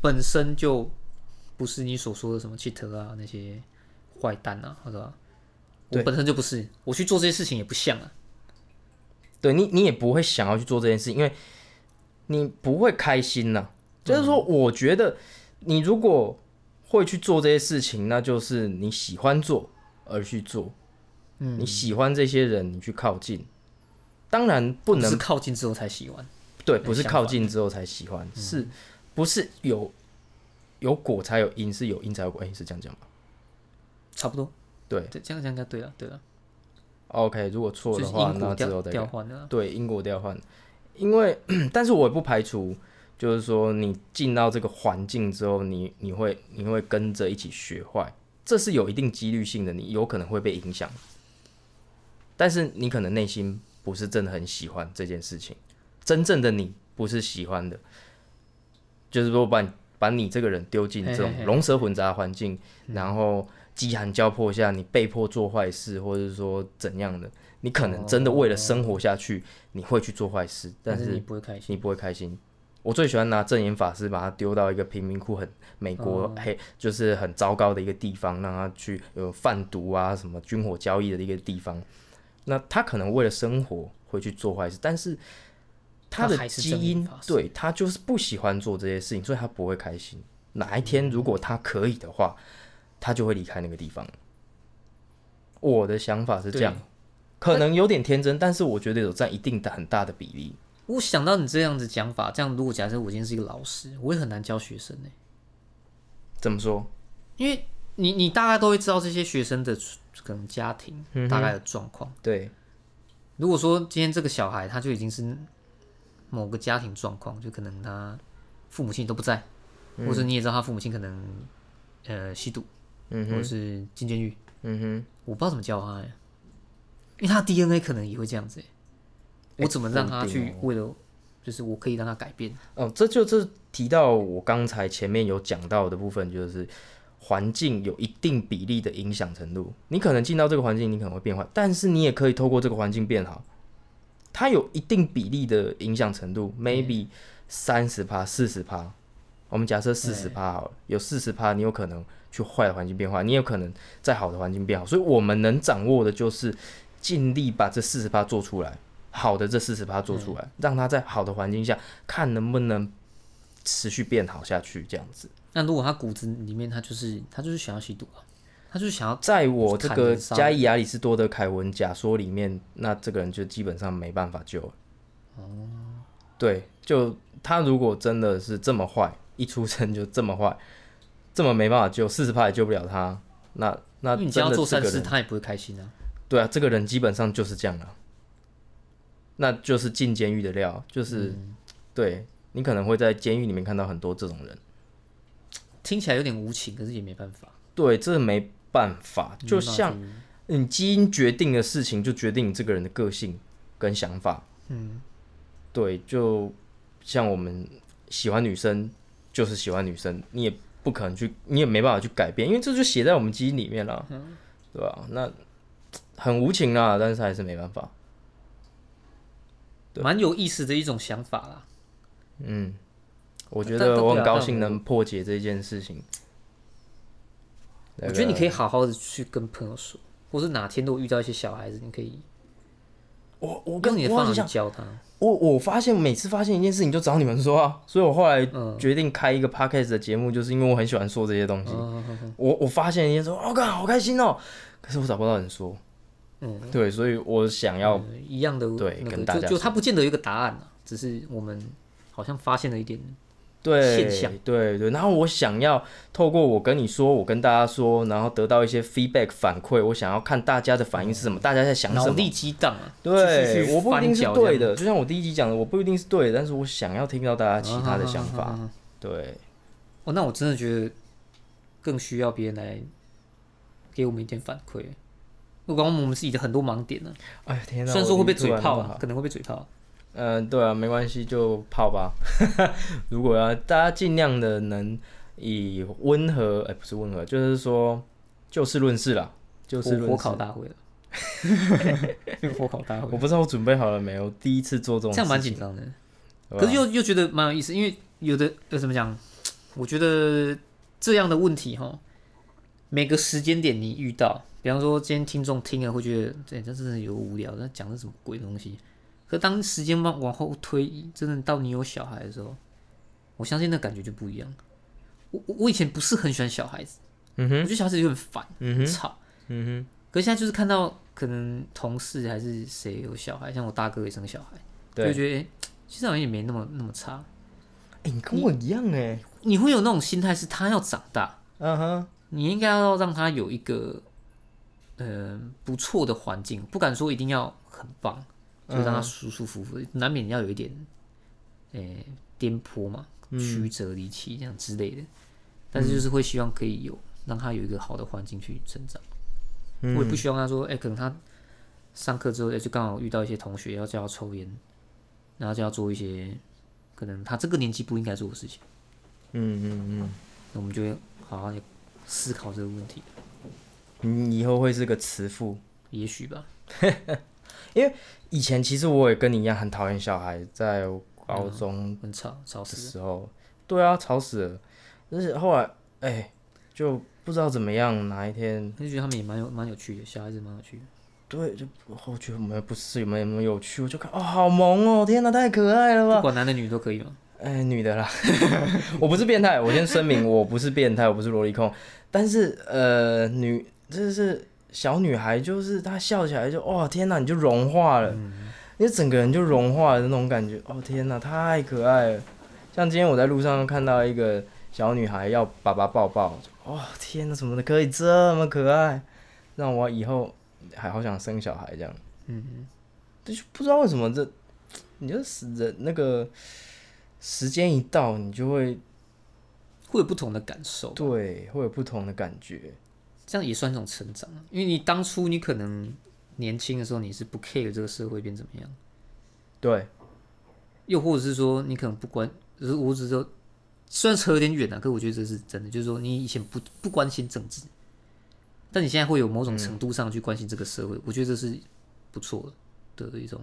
[SPEAKER 2] 本身就不是你所说的什么 cheater 啊那些坏蛋啊，或者啊我
[SPEAKER 1] 对
[SPEAKER 2] 本身就不是，我去做这些事情也不像啊。
[SPEAKER 1] 对你，你也不会想要去做这件事，因为你不会开心呐、就是
[SPEAKER 2] 嗯
[SPEAKER 1] 说，我觉得你如果会去做这些事情，那就是你喜欢做而去做。
[SPEAKER 2] 嗯，
[SPEAKER 1] 你喜欢这些人，你去靠近。当然不能
[SPEAKER 2] 是靠近之后才喜欢。
[SPEAKER 1] 对，
[SPEAKER 2] 很
[SPEAKER 1] 不是
[SPEAKER 2] 相
[SPEAKER 1] 靠
[SPEAKER 2] 反
[SPEAKER 1] 近之后才喜欢，
[SPEAKER 2] 嗯
[SPEAKER 1] 是不是有有果才有因，是有因才有果？哎、是这样讲吗？
[SPEAKER 2] 差不多，
[SPEAKER 1] 对
[SPEAKER 2] 这这样这样应该对啊了，对了，
[SPEAKER 1] ，OK，如果错
[SPEAKER 2] 就
[SPEAKER 1] 的
[SPEAKER 2] 是
[SPEAKER 1] 话，
[SPEAKER 2] 因
[SPEAKER 1] 那
[SPEAKER 2] 果
[SPEAKER 1] 之
[SPEAKER 2] 调
[SPEAKER 1] 后再
[SPEAKER 2] 调
[SPEAKER 1] 改。
[SPEAKER 2] 换的啊，
[SPEAKER 1] 对，因果调换，因为但是我也不排除，就是说你进到这个环境之后，你你会你会跟着一起学坏，这是有一定几率性的，你有可能会被影响，但是你可能内心不是真的很喜欢这件事情，真正的你不是喜欢的，就是说把你把你这个人丢进这种
[SPEAKER 2] 嘿嘿嘿嗯
[SPEAKER 1] 龙蛇混杂的环境，然后饥寒交迫下，你被迫做坏事，或者是说怎样的，你可能真的为了生活下去，你会去做坏事，但
[SPEAKER 2] 但
[SPEAKER 1] 是
[SPEAKER 2] 是你不会开心。
[SPEAKER 1] 你不会开心。我最喜欢拿正言法师把他丢到一个贫民窟很美
[SPEAKER 2] 哦
[SPEAKER 1] 国黑、就是很糟糕的一个地方，让他去有贩毒啊什么军火交易的一个地方。那他可能为了生活会去做坏事，但是他
[SPEAKER 2] 他还
[SPEAKER 1] 的
[SPEAKER 2] 是
[SPEAKER 1] 基
[SPEAKER 2] 正言
[SPEAKER 1] 因
[SPEAKER 2] 法师
[SPEAKER 1] 对他就是不喜欢做这些事情，所以他不会开心。哪一天如果他可以的话，他就会离开那个地方。我的想法是这样
[SPEAKER 2] 对，
[SPEAKER 1] 可能有点天真，但是我觉得有占一定的很大的比例。
[SPEAKER 2] 我想到你这样子讲法，这样如果假设我今天是一个老师，我也很难教学生呢、
[SPEAKER 1] 怎么说？
[SPEAKER 2] 因为你你大概都会知道这些学生的可能家庭
[SPEAKER 1] 嗯
[SPEAKER 2] 大概的状况。
[SPEAKER 1] 对，
[SPEAKER 2] 如果说今天这个小孩他就已经是某个家庭状况，就可能他父母亲都不在，或者你也知道他父母亲可能呃吸毒，
[SPEAKER 1] 嗯
[SPEAKER 2] 或者是进监狱，
[SPEAKER 1] 嗯哼，
[SPEAKER 2] 我不知道怎么教他、欸，因为他 DNA 可能也会这样子、欸，我怎么让他
[SPEAKER 1] 不一
[SPEAKER 2] 去为了就是我可以让他改变？
[SPEAKER 1] 哦，这就是提到我刚才前面有讲到的部分，就是环境有一定比例的影响程度。你可能进到这个环境，你可能会变坏，但是你也可以透过这个环境变好。它有一定比例的影响程度，maybe 三十趴、四十趴。我们假设四十趴好了，有四十趴，你有可能去坏的环境变坏，你有可能在好的环境变好。所以我们能掌握的就是尽力把这四十趴做出来，好的这四十趴做出来，
[SPEAKER 2] 嗯
[SPEAKER 1] 让它在好的环境下看能不能持续变好下去。这样子，
[SPEAKER 2] 那如果他骨子里面他就是他就是想要吸毒啊，他就是想要
[SPEAKER 1] 在我这个
[SPEAKER 2] 砍人杀
[SPEAKER 1] 加伊亚里士多德凯文假说里面，那这个人就基本上没办法救了。
[SPEAKER 2] 哦
[SPEAKER 1] 对，就他如果真的是这么坏，一出生就这么坏，这么没办法救，四十趴也救不了他，那那
[SPEAKER 2] 因为你只
[SPEAKER 1] 真
[SPEAKER 2] 要
[SPEAKER 1] 的
[SPEAKER 2] 做
[SPEAKER 1] 这
[SPEAKER 2] 善
[SPEAKER 1] 个
[SPEAKER 2] 事，
[SPEAKER 1] 人，
[SPEAKER 2] 他也不会开心啊。
[SPEAKER 1] 对啊，这个人基本上就是这样了、那就是进监狱的料，就是、对你可能会在监狱里面看到很多这种人。
[SPEAKER 2] 听起来有点无情，可是也没办法。
[SPEAKER 1] 对，这没办法，就像
[SPEAKER 2] 没办法去
[SPEAKER 1] 你基因决定的事情，就决定你这个人的个性跟想法。
[SPEAKER 2] 嗯，
[SPEAKER 1] 对，就像我们喜欢女生，就是喜欢女生，你也不可能去，你也没办法去改变，因为这就写在我们基因里面了，对吧、那很无情啦，但是还是没办法。
[SPEAKER 2] 蛮有意思的一种想法啦。
[SPEAKER 1] 嗯，我觉
[SPEAKER 2] 但但
[SPEAKER 1] 得我
[SPEAKER 2] 对
[SPEAKER 1] 很
[SPEAKER 2] 啊
[SPEAKER 1] 高
[SPEAKER 2] 但
[SPEAKER 1] 兴
[SPEAKER 2] 我
[SPEAKER 1] 能破解这件事情。
[SPEAKER 2] 我觉得你可
[SPEAKER 1] 以
[SPEAKER 2] 以好好的去跟朋友说，或是哪天如果遇到一些小孩子，你可以
[SPEAKER 1] 我我跟
[SPEAKER 2] 用你的
[SPEAKER 1] 我好
[SPEAKER 2] 方法
[SPEAKER 1] 像
[SPEAKER 2] 去教他。
[SPEAKER 1] 我我发现每次发现一件事情就找你们说啊，所以我后来
[SPEAKER 2] 嗯
[SPEAKER 1] 决定开一个 podcast 的节目，就是因为我很喜欢说这些东西。
[SPEAKER 2] 嗯
[SPEAKER 1] 我我发现一件说，哦，干好开心哦，可是我找不到人说，
[SPEAKER 2] 嗯，
[SPEAKER 1] 对，所以我想要，
[SPEAKER 2] 嗯一样的
[SPEAKER 1] 对
[SPEAKER 2] 那
[SPEAKER 1] 跟
[SPEAKER 2] 个，
[SPEAKER 1] 大家
[SPEAKER 2] 就就他不见得有一个答案啊，只是我们好像发现了一点。
[SPEAKER 1] 对
[SPEAKER 2] 现象
[SPEAKER 1] 对对，然后我想要透过我跟你说，我跟大家说，然后得到一些 feedback 反馈，我想要看大家的反应是什么，大家在想
[SPEAKER 2] 嗯脑
[SPEAKER 1] 什么。
[SPEAKER 2] 力激荡啊！就是
[SPEAKER 1] 对，
[SPEAKER 2] 去
[SPEAKER 1] 我不一定是
[SPEAKER 2] 翻搅
[SPEAKER 1] 对
[SPEAKER 2] 这样，
[SPEAKER 1] 的，就像我第一集讲的，我不一定是对的，但是我想要听到大家其他的想
[SPEAKER 2] 嗯
[SPEAKER 1] 法。对，
[SPEAKER 2] 哦，那我真的觉得更需要别人来给我们一点反馈。我光我们自己的很多盲点呢、啊
[SPEAKER 1] 哎呀天哪！
[SPEAKER 2] 虽然说会被嘴炮
[SPEAKER 1] 啊
[SPEAKER 2] 啊，，可能会被嘴炮啊、
[SPEAKER 1] 嗯、对啊，没关系，就泡吧。 如果要大家尽量的能以温和，哎、不是温和，就是说就事论事啦，就事
[SPEAKER 2] 火火
[SPEAKER 1] 论事
[SPEAKER 2] 烤。大会了， 火烤大
[SPEAKER 1] 我
[SPEAKER 2] 会，
[SPEAKER 1] 不知道我准备好了没有，我第一次做这种
[SPEAKER 2] 这样蛮紧张的。可是又又觉得蛮有意思，因为有的呃怎么讲，我觉得这样的问题哈，每个时间点你遇到，比方说今天听众听了会觉得，哎这、这真的有无聊，那讲的什么鬼东西？可当时间往往后推移，真的到你有小孩的时候，我相信那感觉就不一样。我我我以前不是很喜欢小孩子，
[SPEAKER 1] 嗯
[SPEAKER 2] 我觉得小孩子有点烦，
[SPEAKER 1] 嗯
[SPEAKER 2] 很吵。
[SPEAKER 1] 嗯
[SPEAKER 2] 可是现在就是看到可能同事还是谁有小孩，像我大哥也生小孩，就
[SPEAKER 1] 对
[SPEAKER 2] 会觉得、诶哎其实好像也没那么那么差。
[SPEAKER 1] 哼，哎、你跟我一样哎、
[SPEAKER 2] 你会有那种心态，是他要长大，
[SPEAKER 1] 嗯哼，
[SPEAKER 2] 你应该要让他有一个呃不错的环境，不敢说一定要很棒，就让他舒舒服服，难免要有一点呃颠簸嘛，
[SPEAKER 1] 嗯
[SPEAKER 2] 曲折离奇这样之类的。但是就是会希望可以有让他有一个好的环境去成长。
[SPEAKER 1] 嗯
[SPEAKER 2] 我也不希望他说，哎、可能他上课之后，哎、就刚好遇到一些同学要叫他抽烟，然后就要做一些可能他这个年纪不应该做的事情。
[SPEAKER 1] 嗯嗯
[SPEAKER 2] 那我们就会好好地思考这个问题，
[SPEAKER 1] 嗯，你以后会是个慈父。
[SPEAKER 2] 也许吧。
[SPEAKER 1] 以前其实我也跟你一样很讨厌小孩，在我高中
[SPEAKER 2] 很吵，吵
[SPEAKER 1] 的
[SPEAKER 2] 死了。
[SPEAKER 1] 时候，对啊，吵死了。但是后来，哎、就不知道怎么样，哪一天
[SPEAKER 2] 我就觉得他们也蛮有蛮有趣的，小孩子蛮有趣的。
[SPEAKER 1] 对，就我觉得我们不是有没有有没有有趣，我就看哦，好萌哦，天哪，太可爱了吧！
[SPEAKER 2] 不管男的女的都可以嘛。
[SPEAKER 1] 哎、哎，女的啦， 我不是变态，我先声明，我不是变态，我 不是萝莉控，但是呃，女就是小女孩，就是她笑起来就哇天哪，你就融化了，你整个人就融化了那种感觉，哦天哪，太可爱了。像今天我在路上看到一个小女孩要爸爸抱抱，哇、天哪，怎么的可以这么可爱，让我以后还好想生小孩这样。
[SPEAKER 2] 嗯，
[SPEAKER 1] 就是不知道为什么这，你就是人那个时间一到，你就会
[SPEAKER 2] 会有不同的感受，
[SPEAKER 1] 对会有不同的感觉。
[SPEAKER 2] 这样也算一种成长啊。因为你当初你可能年轻的时候你是不 care 这个社会变怎么样，
[SPEAKER 1] 对，
[SPEAKER 2] 又或者是说你可能不关，就是我只是说，虽然扯有点远啊，可我觉得这是真的，就是说你以前不不关心政治，但你现在会有某种程度上去关心这个社会，我觉得这是不错的一种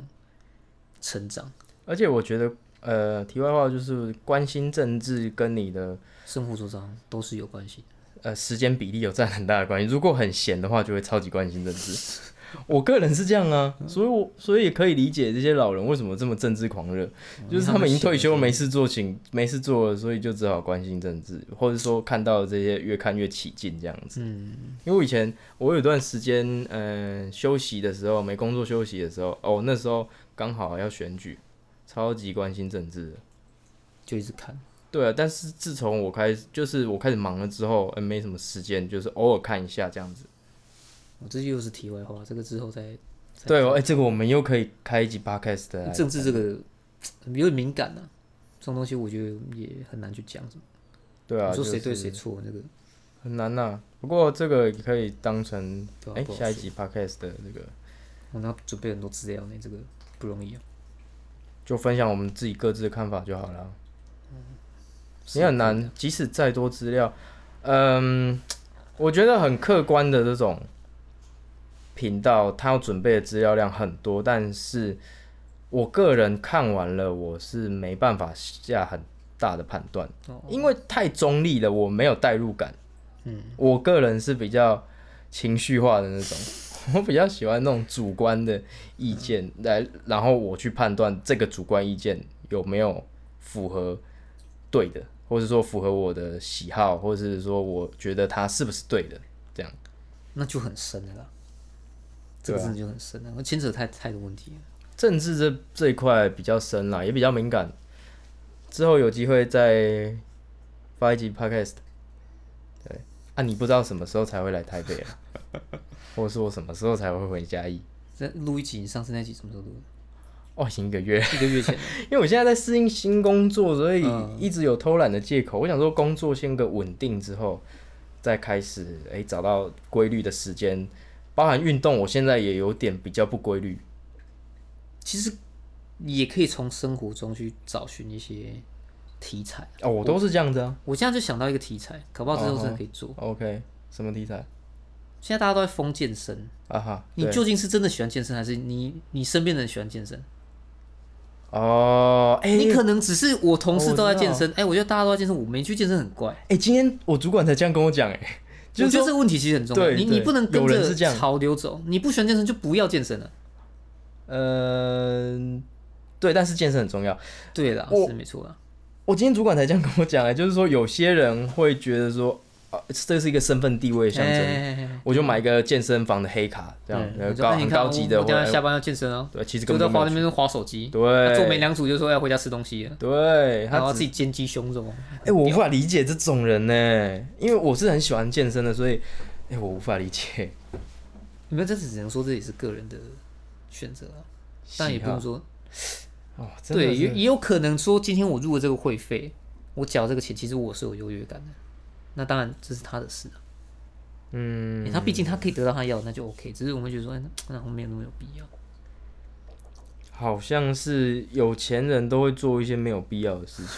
[SPEAKER 2] 成长，
[SPEAKER 1] 而且我觉得，呃，题外话就是关心政治跟你的
[SPEAKER 2] 生活周遭都是有关系的。
[SPEAKER 1] 呃时间比例有占很大的关系。如果很闲的话，就会超级关心政治。 我个人是这样啊，所以我所以也可以理解这些老人为什么这么政治狂热，就是哦他们已经退休没事做，请没事做了，所以就只好关心政治，或者说看到这些越看越起劲这样子。嗯，因为我以前我有一段时间，嗯、休息的时候没工作休息的时候，哦，那时候刚好要选举，超级关心政治的。
[SPEAKER 2] 就一直看，
[SPEAKER 1] 对啊，但是自从我开始，就是我开始忙了之后，嗯、没什么时间，就是偶尔看一下这样子。
[SPEAKER 2] 我哦这又是题外话，这个之后再再
[SPEAKER 1] 对啊哦，
[SPEAKER 2] 讲
[SPEAKER 1] 哎、这个我们又可以开一集 podcast 来
[SPEAKER 2] 政治这个有点敏感呐、啊，这种东西我觉得也很难去讲什么。
[SPEAKER 1] 对啊，
[SPEAKER 2] 你说谁
[SPEAKER 1] 就
[SPEAKER 2] 对
[SPEAKER 1] 是
[SPEAKER 2] 谁错，那个
[SPEAKER 1] 很难呐、不过这个也可以当成
[SPEAKER 2] 对啊
[SPEAKER 1] 哎、
[SPEAKER 2] 不好
[SPEAKER 1] 下一集 podcast 的这个，
[SPEAKER 2] 我们要准备很多资料呢，这个不容易啊。
[SPEAKER 1] 就分享我们自己各自的看法就好了。
[SPEAKER 2] 是
[SPEAKER 1] 也很难，即使再多资料，嗯，我觉得很客观的这种频道，它要准备的资料量很多，但是我个人看完了，我是没办法下很大的判断，
[SPEAKER 2] 哦，
[SPEAKER 1] 因为太中立了，我没有代入感。嗯，我个人是比较情绪化的那种， 我比较喜欢那种主观的意见来，然后我去判断这个主观意见有没有符合对的，或是说符合我的喜好，或是说我觉得它是不是对的，这样。
[SPEAKER 2] 那就很深了啦。这个
[SPEAKER 1] 对啊
[SPEAKER 2] 真的就很深了，牵扯太太多问题了。
[SPEAKER 1] 政治这这一块比较深啦，也比较敏感，之后有机会再发一集 podcast。对，啊，你不知道什么时候才会来台北啊， 或者说我什么时候才会回嘉义？
[SPEAKER 2] 再录一集，你上次那集什么时候录的？
[SPEAKER 1] 哦，已经一个月了，
[SPEAKER 2] 一个月前。
[SPEAKER 1] 因为我现在在适应新工作，所以
[SPEAKER 2] 嗯
[SPEAKER 1] 一直有偷懒的借口。我想说，工作先个稳定之后，再开始哎、找到规律的时间，包含运动，我现在也有点比较不规律。
[SPEAKER 2] 其实也可以从生活中去找寻一些题材。
[SPEAKER 1] 哦，我都是这样子啊。
[SPEAKER 2] 我现在就想到一个题材，搞不好之后真的可以做。
[SPEAKER 1] OK，什么题材？
[SPEAKER 2] 现在大家都在疯健身。
[SPEAKER 1] 啊哈，对
[SPEAKER 2] 你究竟是真的喜欢健身，还是你你身边的人喜欢健身？
[SPEAKER 1] 哦，哎、
[SPEAKER 2] 你
[SPEAKER 1] 哎、
[SPEAKER 2] 可能只是我同事都在健
[SPEAKER 1] 哦我知
[SPEAKER 2] 身，哎、我觉得大家都在健身，我没去健身很怪。
[SPEAKER 1] 今天我主管才这样跟我讲，哎，就
[SPEAKER 2] 我
[SPEAKER 1] 是
[SPEAKER 2] 觉得
[SPEAKER 1] 说
[SPEAKER 2] 这个问题其实很重要，
[SPEAKER 1] 对
[SPEAKER 2] 你
[SPEAKER 1] 对
[SPEAKER 2] 你不能跟
[SPEAKER 1] 有人
[SPEAKER 2] 着
[SPEAKER 1] 是这样
[SPEAKER 2] 潮流走，你不喜欢健身就不要健身了。呃
[SPEAKER 1] 嗯、对，但是健身很重要。
[SPEAKER 2] 对啦，
[SPEAKER 1] 我
[SPEAKER 2] 是没错啦。
[SPEAKER 1] 我今天主管才这样跟我讲，哎，就是说有些人会觉得说，啊，这是一个身份地位的象征，
[SPEAKER 2] 哎哎哎
[SPEAKER 1] 我就买一个健身房的黑卡，这样、
[SPEAKER 2] 我
[SPEAKER 1] 呃
[SPEAKER 2] 就
[SPEAKER 1] 高
[SPEAKER 2] 哎你
[SPEAKER 1] 很
[SPEAKER 2] 看
[SPEAKER 1] 高级的，
[SPEAKER 2] 我我等一
[SPEAKER 1] 或者
[SPEAKER 2] 下
[SPEAKER 1] 呃
[SPEAKER 2] 下班要健身哦，
[SPEAKER 1] 对，其实
[SPEAKER 2] 就
[SPEAKER 1] 根
[SPEAKER 2] 在
[SPEAKER 1] 本
[SPEAKER 2] 滑
[SPEAKER 1] 就
[SPEAKER 2] 那
[SPEAKER 1] 没
[SPEAKER 2] 边
[SPEAKER 1] 有
[SPEAKER 2] 划手机，
[SPEAKER 1] 对
[SPEAKER 2] 做没两组就说要回家吃东西了，
[SPEAKER 1] 对，
[SPEAKER 2] 然后
[SPEAKER 1] 他
[SPEAKER 2] 自
[SPEAKER 1] 只
[SPEAKER 2] 己肩肌胸肉。
[SPEAKER 1] 哎、我无法理解这种人呢，因为我是很喜欢健身的，所以哎、我无法理解。
[SPEAKER 2] 你们这只能说这也是个人的选择啊，但也不用
[SPEAKER 1] 喜
[SPEAKER 2] 说
[SPEAKER 1] 好哦，真的
[SPEAKER 2] 对，
[SPEAKER 1] 是
[SPEAKER 2] 也也有可能说，今天我入了这个会费，我缴这个钱，其实我是有优越感的。那当然这是他的事啊，
[SPEAKER 1] 嗯，
[SPEAKER 2] 欸他毕竟他可以得到他要的，那就 OK。只是我们觉得说，哎，那那我没有那么有必要。
[SPEAKER 1] 好像是有钱人都会做一些没有必要的事情。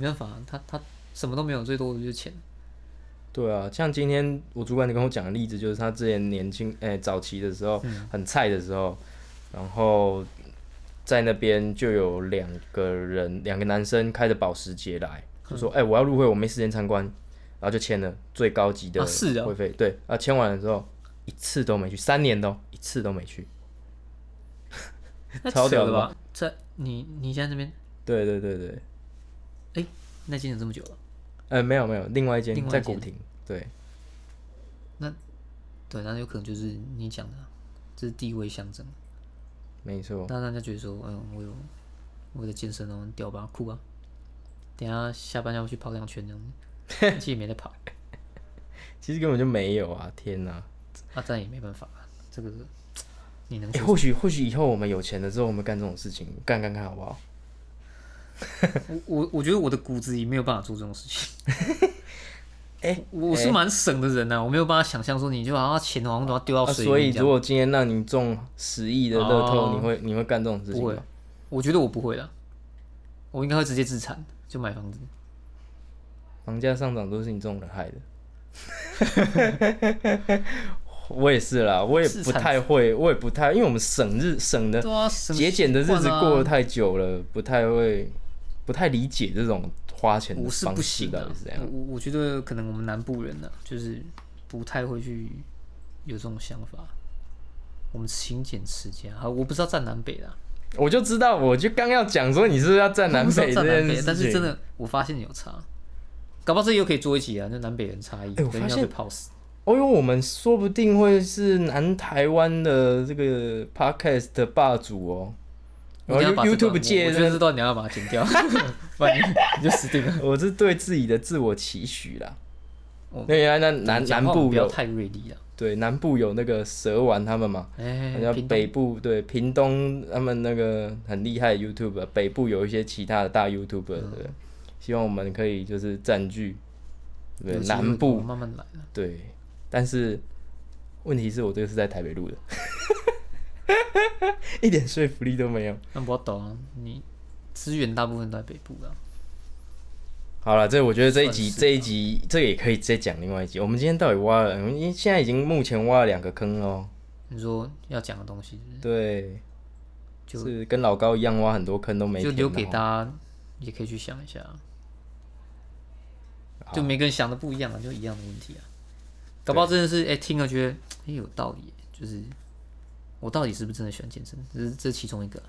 [SPEAKER 2] 没办法啊，他他什么都没有，最多的就是 钱。
[SPEAKER 1] 对啊，像今天我主管你跟我讲的例子，就是他之前年轻诶、早期的时候、很菜的时候，然后在那边就有两个人两个男生开着保时捷来，就
[SPEAKER 2] 嗯
[SPEAKER 1] 说：“哎、我要入会，我没时间参观。”然后就签了最高级的
[SPEAKER 2] 啊是啊
[SPEAKER 1] 会费，对啊，签完了之后一次都没去，三年都、一次都没去。
[SPEAKER 2] 那
[SPEAKER 1] 超
[SPEAKER 2] 扯
[SPEAKER 1] 屌
[SPEAKER 2] 了
[SPEAKER 1] 的
[SPEAKER 2] 吧？这你你现在那边
[SPEAKER 1] 对对对对，
[SPEAKER 2] 哎、那间有这么久了，
[SPEAKER 1] 呃，没有没有，另外一
[SPEAKER 2] 另
[SPEAKER 1] 间
[SPEAKER 2] 外
[SPEAKER 1] 在
[SPEAKER 2] 一间
[SPEAKER 1] 古亭，对，
[SPEAKER 2] 对，那有可能就是你讲的啊、这是地位象征。
[SPEAKER 1] 没错，
[SPEAKER 2] 那大家觉得说，嗯，我有我在健身哦，很屌吧，酷吧。等一下下班要不去跑两圈这样子，其实也没在跑，
[SPEAKER 1] 其实根本就没有啊，天哪！
[SPEAKER 2] 啊，但也没办法啊，这个你能
[SPEAKER 1] 欸或许或许以后我们有钱了之后，我们干这种事情，干干看好不好？
[SPEAKER 2] 我我我觉得我的骨子里没有办法做这种事情。
[SPEAKER 1] 哎
[SPEAKER 2] 我我是蛮省的人呐、啊，我没有办法想象说你就好像钱好像都要丢到
[SPEAKER 1] 啊
[SPEAKER 2] 水
[SPEAKER 1] 所
[SPEAKER 2] 里
[SPEAKER 1] 以
[SPEAKER 2] 面这样、
[SPEAKER 1] 如果今天让你中十亿的乐透，
[SPEAKER 2] 哦
[SPEAKER 1] 你会你会干这种事情
[SPEAKER 2] 不会
[SPEAKER 1] 吗？，
[SPEAKER 2] 我觉得我不会啦，我应该会直接自产，就买房子。
[SPEAKER 1] 房价上涨都是你这种人害的。 我也是啦，我也
[SPEAKER 2] 自
[SPEAKER 1] 不
[SPEAKER 2] 产
[SPEAKER 1] 太会，我也不太，因为我们省日省的
[SPEAKER 2] 对啊，省
[SPEAKER 1] 节俭的日子
[SPEAKER 2] 习惯啊
[SPEAKER 1] 过得太久了，不太会，不太理解这种花钱的
[SPEAKER 2] 我是
[SPEAKER 1] 方
[SPEAKER 2] 不
[SPEAKER 1] 式
[SPEAKER 2] 行啊
[SPEAKER 1] 到
[SPEAKER 2] 的
[SPEAKER 1] 底是怎样。
[SPEAKER 2] 我我我觉得可能我们南部人呢、就是不太会去有这种想法。我们勤俭持家，好，我不知道站南北啦，
[SPEAKER 1] 我就知道，我就刚要讲说你是不是要站南
[SPEAKER 2] 我不知道
[SPEAKER 1] 北这
[SPEAKER 2] 站南
[SPEAKER 1] 件事
[SPEAKER 2] 北，
[SPEAKER 1] 情，
[SPEAKER 2] 但是真的我发现有差，搞不好这又可以做一起啊，那南北人差异，
[SPEAKER 1] 哎我
[SPEAKER 2] 人
[SPEAKER 1] 发
[SPEAKER 2] 要
[SPEAKER 1] 现
[SPEAKER 2] 被泡死。
[SPEAKER 1] 哦哟，我们说不定会是南台湾的这个 podcast 的霸主哦。
[SPEAKER 2] 我
[SPEAKER 1] 然
[SPEAKER 2] 一定
[SPEAKER 1] 后
[SPEAKER 2] 要把这段
[SPEAKER 1] YouTube 界
[SPEAKER 2] 我觉得
[SPEAKER 1] 的，
[SPEAKER 2] 这段你要把它剪掉， 不然你你就死定了。
[SPEAKER 1] 我是对自己的自我期许啦
[SPEAKER 2] 哦。
[SPEAKER 1] 那原来那南
[SPEAKER 2] 讲
[SPEAKER 1] 南
[SPEAKER 2] 话
[SPEAKER 1] 部
[SPEAKER 2] 不要
[SPEAKER 1] 有
[SPEAKER 2] 太锐利了，啊
[SPEAKER 1] 对南部有那个蛇丸他们嘛，
[SPEAKER 2] 哎，
[SPEAKER 1] 然后
[SPEAKER 2] 平
[SPEAKER 1] 北部对屏东他们那个很厉害的 YouTube，北部有一些其他的大 YouTube，对，
[SPEAKER 2] 嗯
[SPEAKER 1] 希望我们可以就是占据对
[SPEAKER 2] 有机会
[SPEAKER 1] 南部
[SPEAKER 2] 我慢慢来啊。
[SPEAKER 1] 对，但是问题是我这个是在台北录的， 一点说服力都没有。
[SPEAKER 2] 那不要抖啊，你资源大部分都在北部啊啦。
[SPEAKER 1] 好了，这我觉得这一集
[SPEAKER 2] 算是吧
[SPEAKER 1] 这一集这也可以再讲另外一集。我们今天到底挖了？嗯因为现在已经目前挖了两个坑哦。
[SPEAKER 2] 你说要讲的东西是不是
[SPEAKER 1] 对，
[SPEAKER 2] 嗯就是
[SPEAKER 1] 跟老高一样挖很多坑都没
[SPEAKER 2] 就
[SPEAKER 1] 填。哦
[SPEAKER 2] 留给
[SPEAKER 1] 然
[SPEAKER 2] 大
[SPEAKER 1] 后
[SPEAKER 2] 家，也可以去想一下啊。
[SPEAKER 1] 好
[SPEAKER 2] 就每个人想的不一样啊，就一样的问题啊。搞不好真的是哎、听了觉得哎、有道理，就是我到底是不是真的喜欢健身？这是这是其中一个啊、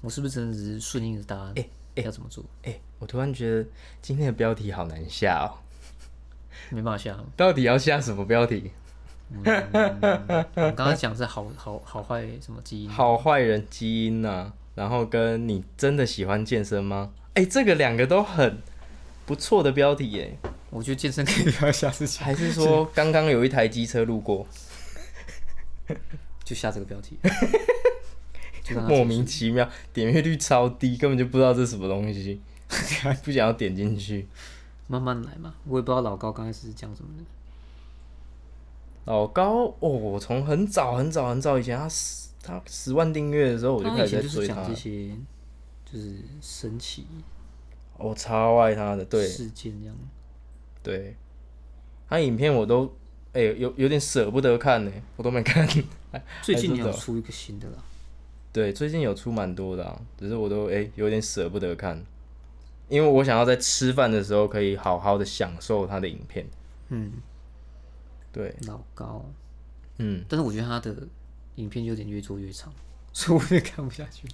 [SPEAKER 2] 我是不是真的只是顺应着大家要怎么做？
[SPEAKER 1] 哎、我突然觉得今天的标题好难下哦，
[SPEAKER 2] 没办法想，
[SPEAKER 1] 到底要下什么标题？
[SPEAKER 2] 我刚刚讲是好好好坏什么基因，
[SPEAKER 1] 好坏人基因呐、然后跟你真的喜欢健身吗？哎、这个两个都很不错的标题耶。
[SPEAKER 2] 我觉得健身可以聊一下事情，
[SPEAKER 1] 还是说刚刚有一台机车路 过，
[SPEAKER 2] 就下这个标 题，就让它
[SPEAKER 1] 莫名其妙点阅率超低，根本就不知道这是什么东 西，不想要点进去。
[SPEAKER 2] 慢慢来嘛。我也不知道老高刚开始是讲什么的。
[SPEAKER 1] 老高哦，我从很早很早很早以前，他十他十万订阅的时候，我就
[SPEAKER 2] 他
[SPEAKER 1] 开
[SPEAKER 2] 以
[SPEAKER 1] 始
[SPEAKER 2] 前
[SPEAKER 1] 在
[SPEAKER 2] 就是
[SPEAKER 1] 追他
[SPEAKER 2] 讲
[SPEAKER 1] 了
[SPEAKER 2] 这，些，就是神奇
[SPEAKER 1] 我、哦超爱他的，对
[SPEAKER 2] 事件这样。
[SPEAKER 1] 对，他影片我都哎、有有点舍不得看呢，我都没看。
[SPEAKER 2] 最近
[SPEAKER 1] 还是这
[SPEAKER 2] 你有
[SPEAKER 1] 种
[SPEAKER 2] 出一个新的啦，
[SPEAKER 1] 对，最近有出蛮多的、啊，只是我都哎、诶有点舍不得看，因为我想要在吃饭的时候可以好好的享受他的影片。
[SPEAKER 2] 嗯，
[SPEAKER 1] 对，
[SPEAKER 2] 老高，
[SPEAKER 1] 嗯，
[SPEAKER 2] 但是我觉得他的影片有点越做越长，所以我也看不下去。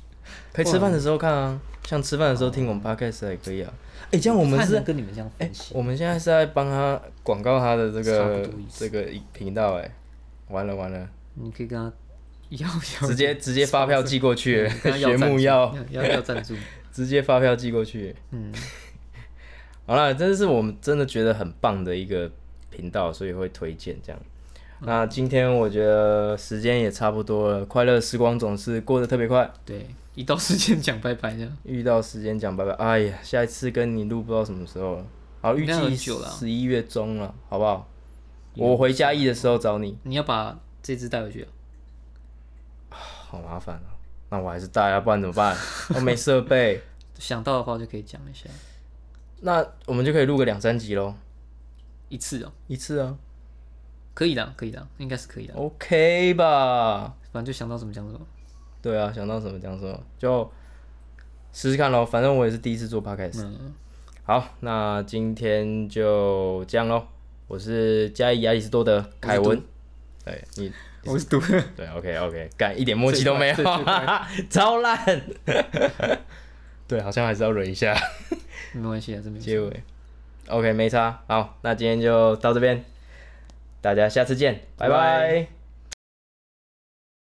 [SPEAKER 1] 可以吃饭的时候看啊，像吃饭的时候听我们 podcast 也可以啊。哎、这样我们
[SPEAKER 2] 不太
[SPEAKER 1] 是
[SPEAKER 2] 能，跟你们这样分析，
[SPEAKER 1] 我们现在是在帮他广告他的这
[SPEAKER 2] 差不
[SPEAKER 1] 个
[SPEAKER 2] 多意
[SPEAKER 1] 这
[SPEAKER 2] 思
[SPEAKER 1] 个频道、诶哎，完了完 了，
[SPEAKER 2] 你可以跟他 要要
[SPEAKER 1] 直接直接发票寄过去，
[SPEAKER 2] 跟他
[SPEAKER 1] 节
[SPEAKER 2] 赞
[SPEAKER 1] 目
[SPEAKER 2] 助
[SPEAKER 1] 要
[SPEAKER 2] 要要赞 助，
[SPEAKER 1] 直接发票寄过去。
[SPEAKER 2] 嗯，
[SPEAKER 1] 好了，这是我们真的觉得很棒的一个频道，所以会推荐这样。
[SPEAKER 2] 嗯
[SPEAKER 1] 那今天我觉得时间也差不多了，快乐时光总是过得特别快。
[SPEAKER 2] 对，一到时间讲拜拜这样。
[SPEAKER 1] 遇到时间讲拜拜，哎呀，下一次跟你录不知道什么时候了。好，预
[SPEAKER 2] 应该很
[SPEAKER 1] 计
[SPEAKER 2] 久了啊
[SPEAKER 1] 十一月中了，好不好？我回嘉义的时候找你，
[SPEAKER 2] 你要把这只带回去啊，
[SPEAKER 1] 好麻烦啊。那我还是带啊，不然怎么办？我没设 备，
[SPEAKER 2] 想到的话就可以讲一下
[SPEAKER 1] 那我们就可以录个两三集喽，
[SPEAKER 2] 一次哦、
[SPEAKER 1] 一次啊
[SPEAKER 2] 可以的，可以的，应该是可以的，
[SPEAKER 1] ，OK 吧？
[SPEAKER 2] 反正就想到什么讲什么。
[SPEAKER 1] 对啊，想到什么讲什么，就试试看咯。反正我也是第一次做 podcast。
[SPEAKER 2] 嗯，
[SPEAKER 1] 好，那今天就这样咯。我是加伊亚里士多德凯文，对你
[SPEAKER 2] 我是读。
[SPEAKER 1] 对 OK OK，干一点默契都没有
[SPEAKER 2] 最快最，
[SPEAKER 1] 超烂。对，好像还是要忍一下。
[SPEAKER 2] 没关系啊，这没有
[SPEAKER 1] 结尾。OK，没差。好，那今天就到这边，大家下次见，拜
[SPEAKER 2] 拜
[SPEAKER 1] 拜
[SPEAKER 2] 拜